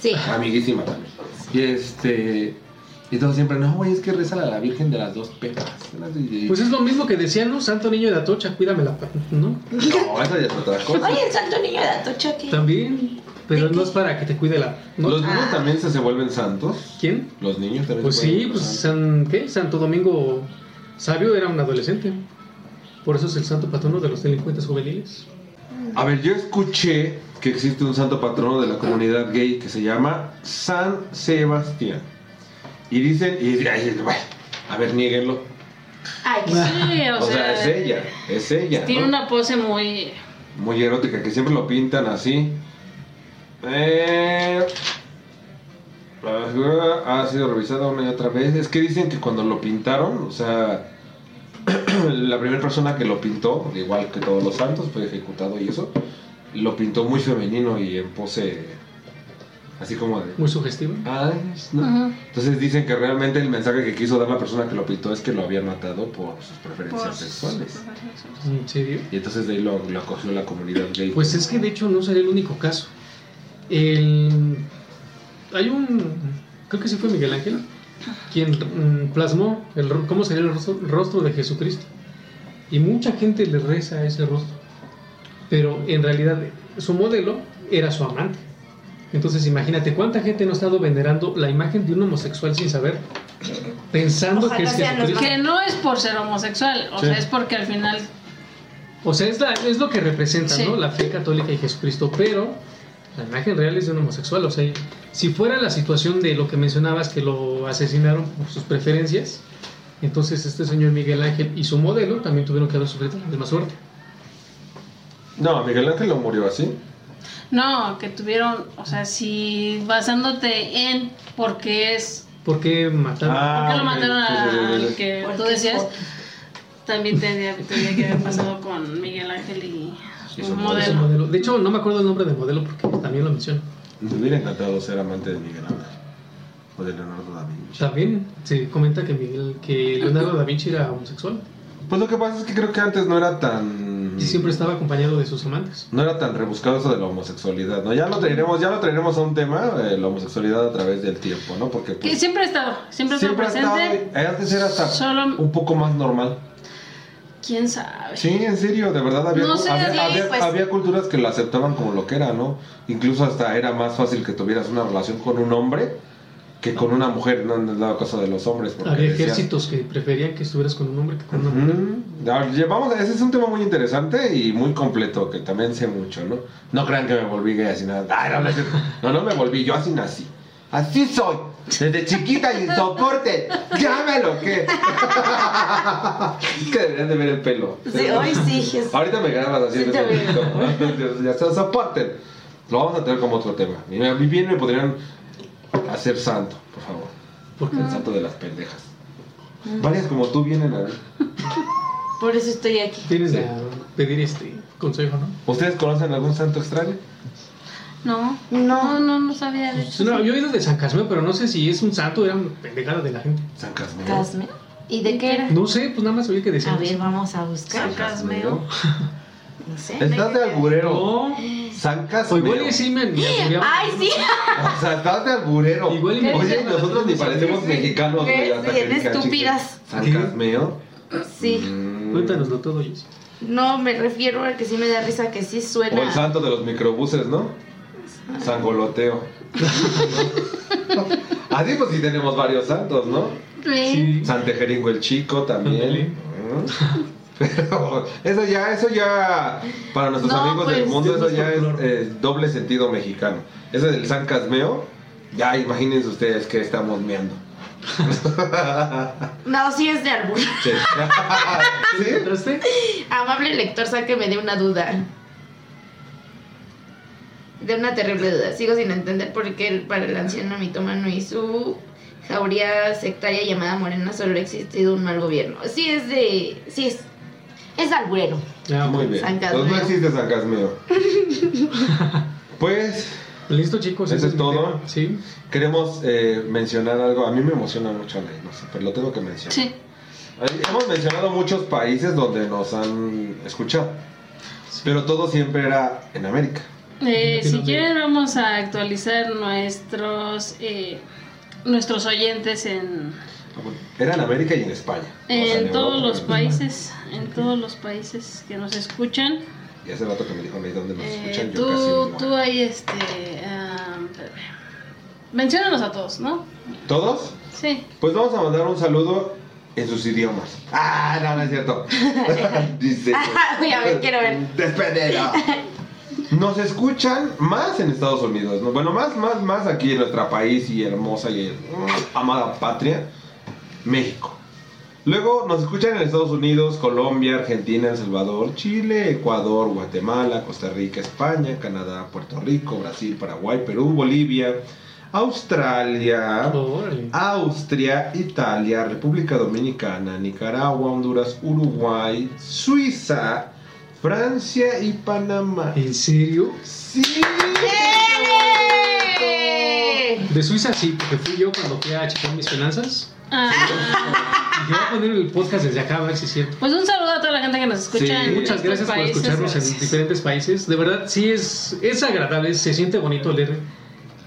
B: Sí.
A: Amiguísima también. Y este. Y todos siempre, no, güey, es que reza a la Virgen de las Dos Pepas. Y-
C: Pues es lo mismo que decían, ¿no? Santo niño de Atocha, cuídame la pa- ¿no?
A: No, eso ya es otra cosa.
B: Oye, el santo niño de Atocha, ¿qué?
C: También, pero no es para que te cuide la. ¿no?
A: Los
B: ah.
A: niños también se, se vuelven santos.
C: ¿Quién?
A: Los niños también.
C: Pues
A: se vuelven
C: sí, pues
A: santos.
C: San, ¿qué? Santo Domingo Sabio era un adolescente. Por eso es el santo patrono de los delincuentes juveniles.
A: A ver, yo escuché que existe un santo patrono de la comunidad gay que se llama San Sebastián. Y dicen, y ay, bueno, a ver, niéguenlo.
B: Ay,
D: Sí, o,
A: O,
D: sea,
A: sea, es ella, es ella.
D: tiene
A: ¿no?
D: una pose muy.
A: Muy erótica, que siempre lo pintan así. Eh, ha sido revisada una y otra vez. Es que dicen que cuando lo pintaron, o sea, la primera persona que lo pintó, igual que todos los santos, fue ejecutado y eso, lo pintó muy femenino y en pose así como de...
C: Muy sugestivo.
A: "Ay, no".
D: Ajá.
A: Entonces dicen que realmente el mensaje que quiso dar la persona que lo pintó es que lo había matado por sus preferencias
D: por-
A: sexuales.
C: ¿En serio?
A: Y entonces de ahí lo, lo acogió la comunidad gay.
C: Pues es que de hecho no sería el único caso. El- Hay un. Creo que sí fue Miguel Ángel quien mm, plasmó el, ro- cómo sería el rostro, rostro de Jesucristo. Y mucha gente le reza a ese rostro. Pero en realidad su modelo era su amante. Entonces imagínate cuánta gente no ha estado venerando la imagen de un homosexual sin saber, pensando
B: Ojalá
C: que es
B: sean los
C: Jesucristo.
D: Que no es por ser homosexual, o
A: Sí.
D: sea, es porque al final
C: O sea, es, la- es lo que representa,
D: Sí.
C: ¿no? La fe católica y Jesucristo, pero la imagen real es de un homosexual. O sea, si fuera la situación de lo que mencionabas, que lo asesinaron por sus preferencias, entonces este señor Miguel Ángel y su modelo también tuvieron que haber sufrido la misma suerte.
A: No, Miguel Ángel lo murió así.
D: no, que tuvieron, o sea, si basándote en porque es
C: ¿Por qué mataron?
A: Ah,
D: porque
A: ok.
D: lo mandaron
A: Sí, sí, sí,
D: al
A: sí.
D: que
B: Porque
D: tú decías,
B: es
D: también tendría, tendría que haber pasado con Miguel Ángel y su,
A: Y su
C: Su
D: modelo.
C: modelo. De hecho, no me acuerdo el nombre del modelo porque también lo menciono.
A: Me hubiera encantado ser amante de Miguel Ángel. O de Leonardo da Vinci.
C: También se comenta que, Miguel, que Leonardo da Vinci era homosexual
A: Pues lo que pasa es que creo que antes no era tan.
C: y siempre estaba acompañado de sus amantes.
A: No era tan rebuscado eso de la homosexualidad, ¿no? Ya lo traeremos, ya lo traeremos a un tema, eh, la homosexualidad a través del tiempo, ¿no? Porque
D: Que
A: pues,
D: siempre ha estado, siempre ha estado
A: siempre ha estado
D: presente.
A: ahí. antes era hasta
D: Solo-
A: un poco más normal.
D: ¿Quién sabe?
A: Sí, en serio, de verdad había,
D: No sé,
A: había,
D: sí,
A: había-
B: pues.
A: había culturas que lo aceptaban como lo que era, ¿no? Incluso hasta era más fácil que tuvieras una relación con un hombre que con una mujer, no en la cosa de los hombres. porque
C: Había
A: decían- "Mm,
C: ejércitos que preferían que estuvieras con un hombre que con una mujer.
A: Ujú. Ahora, Llevamos, ese es un tema muy interesante y muy completo, que también sé mucho, ¿no? No crean que me volví gay así nada. Ay, no, no, es cierto. no, no me volví, yo así nací. Así soy, desde chiquita y en soporte. Llámelo, ¿qué? es que deberían de ver el pelo.
B: Sí, hoy sí. es-
A: Ahorita me grabas así.
B: Sí,
A: en
B: te
A: ese
B: veo.
A: momento, ¿no? ya está, soporten. Lo vamos a tener como otro tema. Y a mí bien me podrían hacer santo, por favor.
C: Porque
B: Mm.
A: El santo de las pendejas. Varias como tú vienen a ver.
B: Por eso estoy aquí.
C: Tienes
A: Sí.
C: que pedir este consejo, ¿no?
A: ¿Ustedes conocen algún santo extraño?
D: No,
B: No.
D: no, no, no sabía de hecho.
C: No, yo he ido de San Casmeo, pero no sé si es un santo, era una pendejada de la gente.
A: San Casmeo.
B: Casme. ¿Y de qué era?
C: No sé, pues nada más oí que decían.
B: A ver, vamos a buscar.
A: San Casmeo.
B: No sé.
A: Estás de alburero.
C: No,
A: San
C: o
A: Casmeo.
C: igual y pues, sí me me aburríamos.
B: Ay, sí.
A: O sea, estás de alburero.
C: Igual y me-
A: Oye, nosotros ni
C: Sí,
A: parecemos
B: sí.
A: mexicanos. güey,
B: Sí,
A: hasta
B: sí,
A: que digan,
B: estúpidas.
A: "Chingue". San
C: ¿Qué?
A: Casmeo.
B: Sí.
A: Mm.
C: Cuéntanoslo todo, Jessy.
B: No, me refiero a que sí me da risa que sí
A: O el
B: suena.
A: santo de los microbuses, ¿no? Sangoloteo. Así pues sí tenemos varios santos, ¿no?
D: Sí.
A: Santejeringo el Chico
C: Ándale.
A: también. Mm. Pero eso ya, eso ya, para nuestros
B: No,
A: amigos del
B: pues,
A: mundo,
C: es
A: eso ya es,
C: folclore.
A: eh, doble sentido mexicano. Ese del San Casmeo, ya imagínense ustedes que estamos meando.
B: No, sí es de albur.
A: Sí.
C: ¿Lo
A: Ah, ¿Sí?
C: encontraste?
B: Amable lector, sáqueme de una duda. De una terrible duda. Sigo sin entender por qué el- para el anciano mitómano y su jauría sectaria llamada Morena solo ha existido un mal gobierno. Sí es de... Sí es... Es alburero.
C: Ah,
A: Muy
C: bueno.
A: bien.
B: San
A: Entonces no
B: Casmeo.
A: existe San Casmeo. Pues
C: Listo, chicos.
A: ¿Eso
C: ese
A: es
C: mi
A: todo?
C: tema. Sí.
A: queremos eh, mencionar algo. A mí me emociona mucho la sé, pero lo tengo que mencionar.
D: Sí.
A: Hemos mencionado muchos países donde nos han escuchado, pero todo siempre era en América.
D: Eh, si
C: Latinoamérica.
D: quieren vamos a actualizar nuestros eh, nuestros oyentes en,
A: Era en América y en España. O sea,
D: en Eh, todos
A: Europa,
D: los
A: en-
D: países, en todos los países que nos escuchan.
A: Y hace rato que me dijo Ney dónde nos
D: Eh,
A: escuchan, yo casi
D: tú,
A: me
D: tú
A: muero.
D: ahí este ah, espérame. menciónanos a todos, ¿no?
A: ¿Todos?
D: Sí.
A: Pues vamos a mandar un saludo en sus idiomas. Ah, no, no es cierto. Dice.
B: Uy, a ver, Ah, quiero ver.
A: Despedida. Nos escuchan más en Estados Unidos, ¿no? bueno, más, más, más aquí en nuestro país y hermosa y mm, amada patria, México. Luego nos escuchan en Estados Unidos, Colombia, Argentina, El Salvador, Chile, Ecuador, Guatemala, Costa Rica, España, Canadá, Puerto Rico, Brasil, Paraguay, Perú, Bolivia, Australia,
C: Órale.
A: Austria, Italia, República Dominicana, Nicaragua, Honduras, Uruguay, Suiza, Francia y Panamá.
C: ¿En serio?
A: ¡Sí!
B: ¡Eh!
C: De Suiza sí, porque fui yo cuando fui a checar mis finanzas.
D: Ah,
C: Y yo voy a poner el podcast desde acá a ver si es cierto.
D: pues un saludo a toda la gente que nos escucha.
A: Sí,
D: en
C: Muchas
D: estos
C: gracias por
D: países.
C: escucharnos en
D: Gracias.
C: diferentes países. De verdad, sí es, es agradable, se siente bonito leer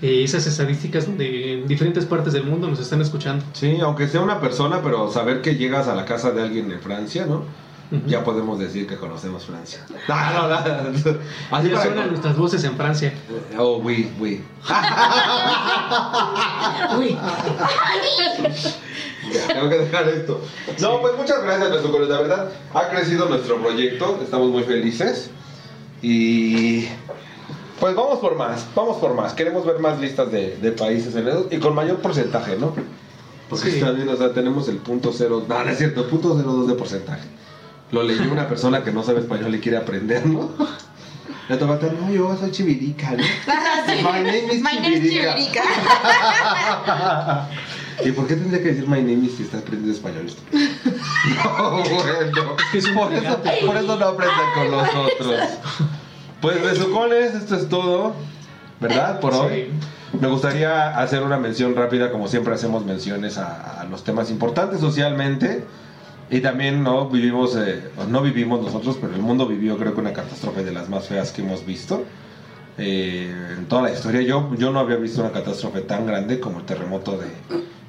C: eh, esas estadísticas donde en diferentes partes del mundo nos están escuchando.
A: Sí, aunque sea una persona, pero saber que llegas a la casa de alguien en Francia, ¿no?
C: Ujú.
A: Ya podemos decir que conocemos Francia. Ah, no, no, no. Así
C: Ya
A: para-
C: suenan nuestras voces en Francia.
A: Oh, oui, oui.
B: Uy.
A: Ya, tengo que dejar esto. No, pues muchas gracias, nuestro colegio. La verdad, ha crecido nuestro proyecto. Estamos muy felices. Y. Pues vamos por más, vamos por más. Queremos ver más listas de, de países en el- y con mayor porcentaje, ¿no? Porque
C: Sí.
A: también, o sea, tenemos el punto cero, no, no es cierto, el punto cero dos de porcentaje. Lo leyó una persona que no sabe español y quiere aprender, ¿no? La tomata, no, yo soy chivirica, ¿no? My name is
B: My name is
A: Chivirica.
B: Chivirica.
A: ¿Y por qué tendría que decir my name is si está aprendiendo español esto? No, bueno.
C: que es un
A: por, eso,
C: regate.
A: por eso no aprende con nosotros. Pues besucones, esto es todo. ¿Verdad? Por hoy. Me gustaría hacer una mención rápida, como siempre hacemos menciones a, a los temas importantes socialmente. Y también no vivimos, eh, no vivimos nosotros, pero el mundo vivió creo que una catástrofe de las más feas que hemos visto. Eh, en toda la historia yo, yo no había visto una catástrofe tan grande como el terremoto de,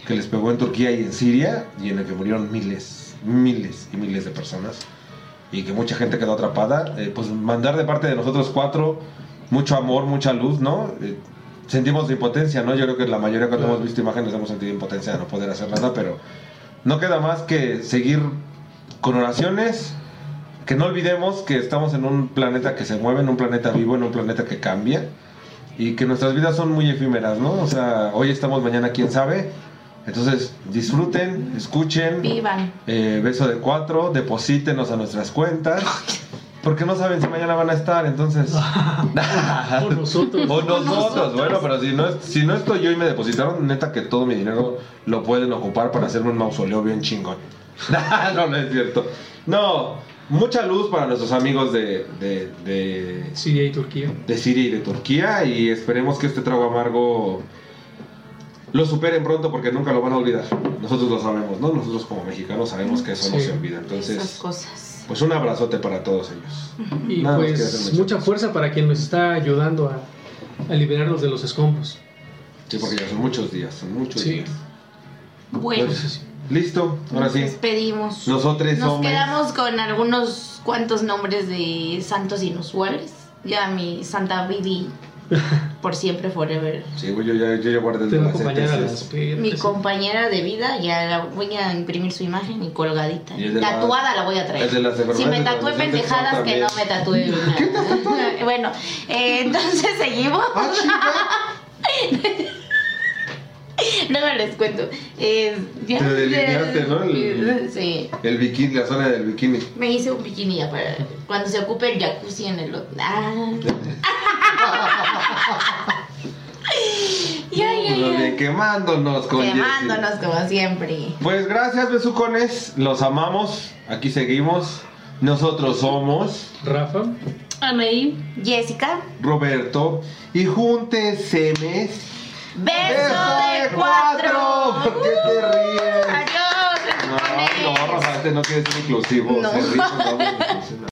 A: que les pegó en Turquía y en Siria y en el que murieron miles, miles y miles de personas y que mucha gente quedó atrapada. Eh, pues mandar de parte de nosotros cuatro mucho amor, mucha luz, ¿no? Eh, sentimos impotencia, ¿no? Yo creo que la mayoría cuando
C: Claro.
A: hemos visto imágenes hemos sentido impotencia de no poder hacer nada, pero no queda más que seguir con oraciones, que no olvidemos que estamos en un planeta que se mueve, en un planeta vivo, en un planeta que cambia y que nuestras vidas son muy efímeras, ¿no? O sea, hoy estamos, mañana quién sabe. Entonces, disfruten, escuchen.
B: Vivan.
A: Eh, beso de cuatro, deposítenos a nuestras cuentas. Porque no saben si mañana van a estar, entonces.
C: Por nosotros.
A: O nosotros, bueno, pero si no, es- si no estoy yo y me depositaron, neta que todo mi dinero lo pueden ocupar para hacerme un mausoleo bien chingón. no, no es cierto. No, mucha luz para nuestros amigos de- de- de
C: Siria y Turquía.
A: de Siria y de Turquía y esperemos que este trago amargo lo superen pronto porque nunca lo van a olvidar. Nosotros lo sabemos, ¿no? Nosotros como mexicanos sabemos que eso no
C: Sí.
A: se olvida.
B: Esas
A: Entonces,
B: cosas.
A: pues un abrazote para todos ellos.
C: Y
A: Nada más que hacer
C: pues
A: mención.
C: mucha fuerza para quien nos está ayudando a, a liberarnos de los escombros.
A: Sí, porque ya son muchos días, son muchos
C: Sí.
A: días.
B: Bueno.
A: Entonces, Listo, pues, ahora
B: Nos
A: sí.
B: despedimos.
A: Nosotros
B: Nos
A: somos...
B: quedamos con algunos cuantos nombres de santos inusuales. Ya mi Santa Bibi por siempre, forever.
A: Sí, güey, yo ya, yo ya guardé
C: Tengo
A: las
C: compañera de las
A: sentencias.
C: perras.
B: Mi compañera de vida, ya la voy a imprimir su imagen y colgadita.
A: Y es de
B: Tatuada
A: las-
B: la voy a traer.
A: es de las
B: si me
A: enfermedades
B: tatué
A: adolescentes,
B: pendejadas,
A: no,
B: que no me tatúe. nada. bueno, eh, entonces seguimos.
A: Ah, chica.
B: Luego les cuento. Eh, ya-
A: Te delineaste, ¿no? El-
B: Sí.
A: El bikini, la zona del bikini.
B: Me hice un bikini ya para cuando se ocupe el jacuzzi en el otro. Ah. ya, ya,
A: Lo de
B: ya.
A: quemándonos con Jessy.
B: Quemándonos como siempre.
A: Pues gracias, besucones. Los amamos. Aquí seguimos. Nosotros somos
C: Rafa,
D: Anaí.
B: Jessica,
A: Roberto y Juntesemes.
B: beso de cuatro. Uh,
A: ¿Por qué te ríes?
B: Adiós,
A: No, no, Rafa, este no quieres ser inclusivo.
B: No.
A: ser rico, no, no, no, no.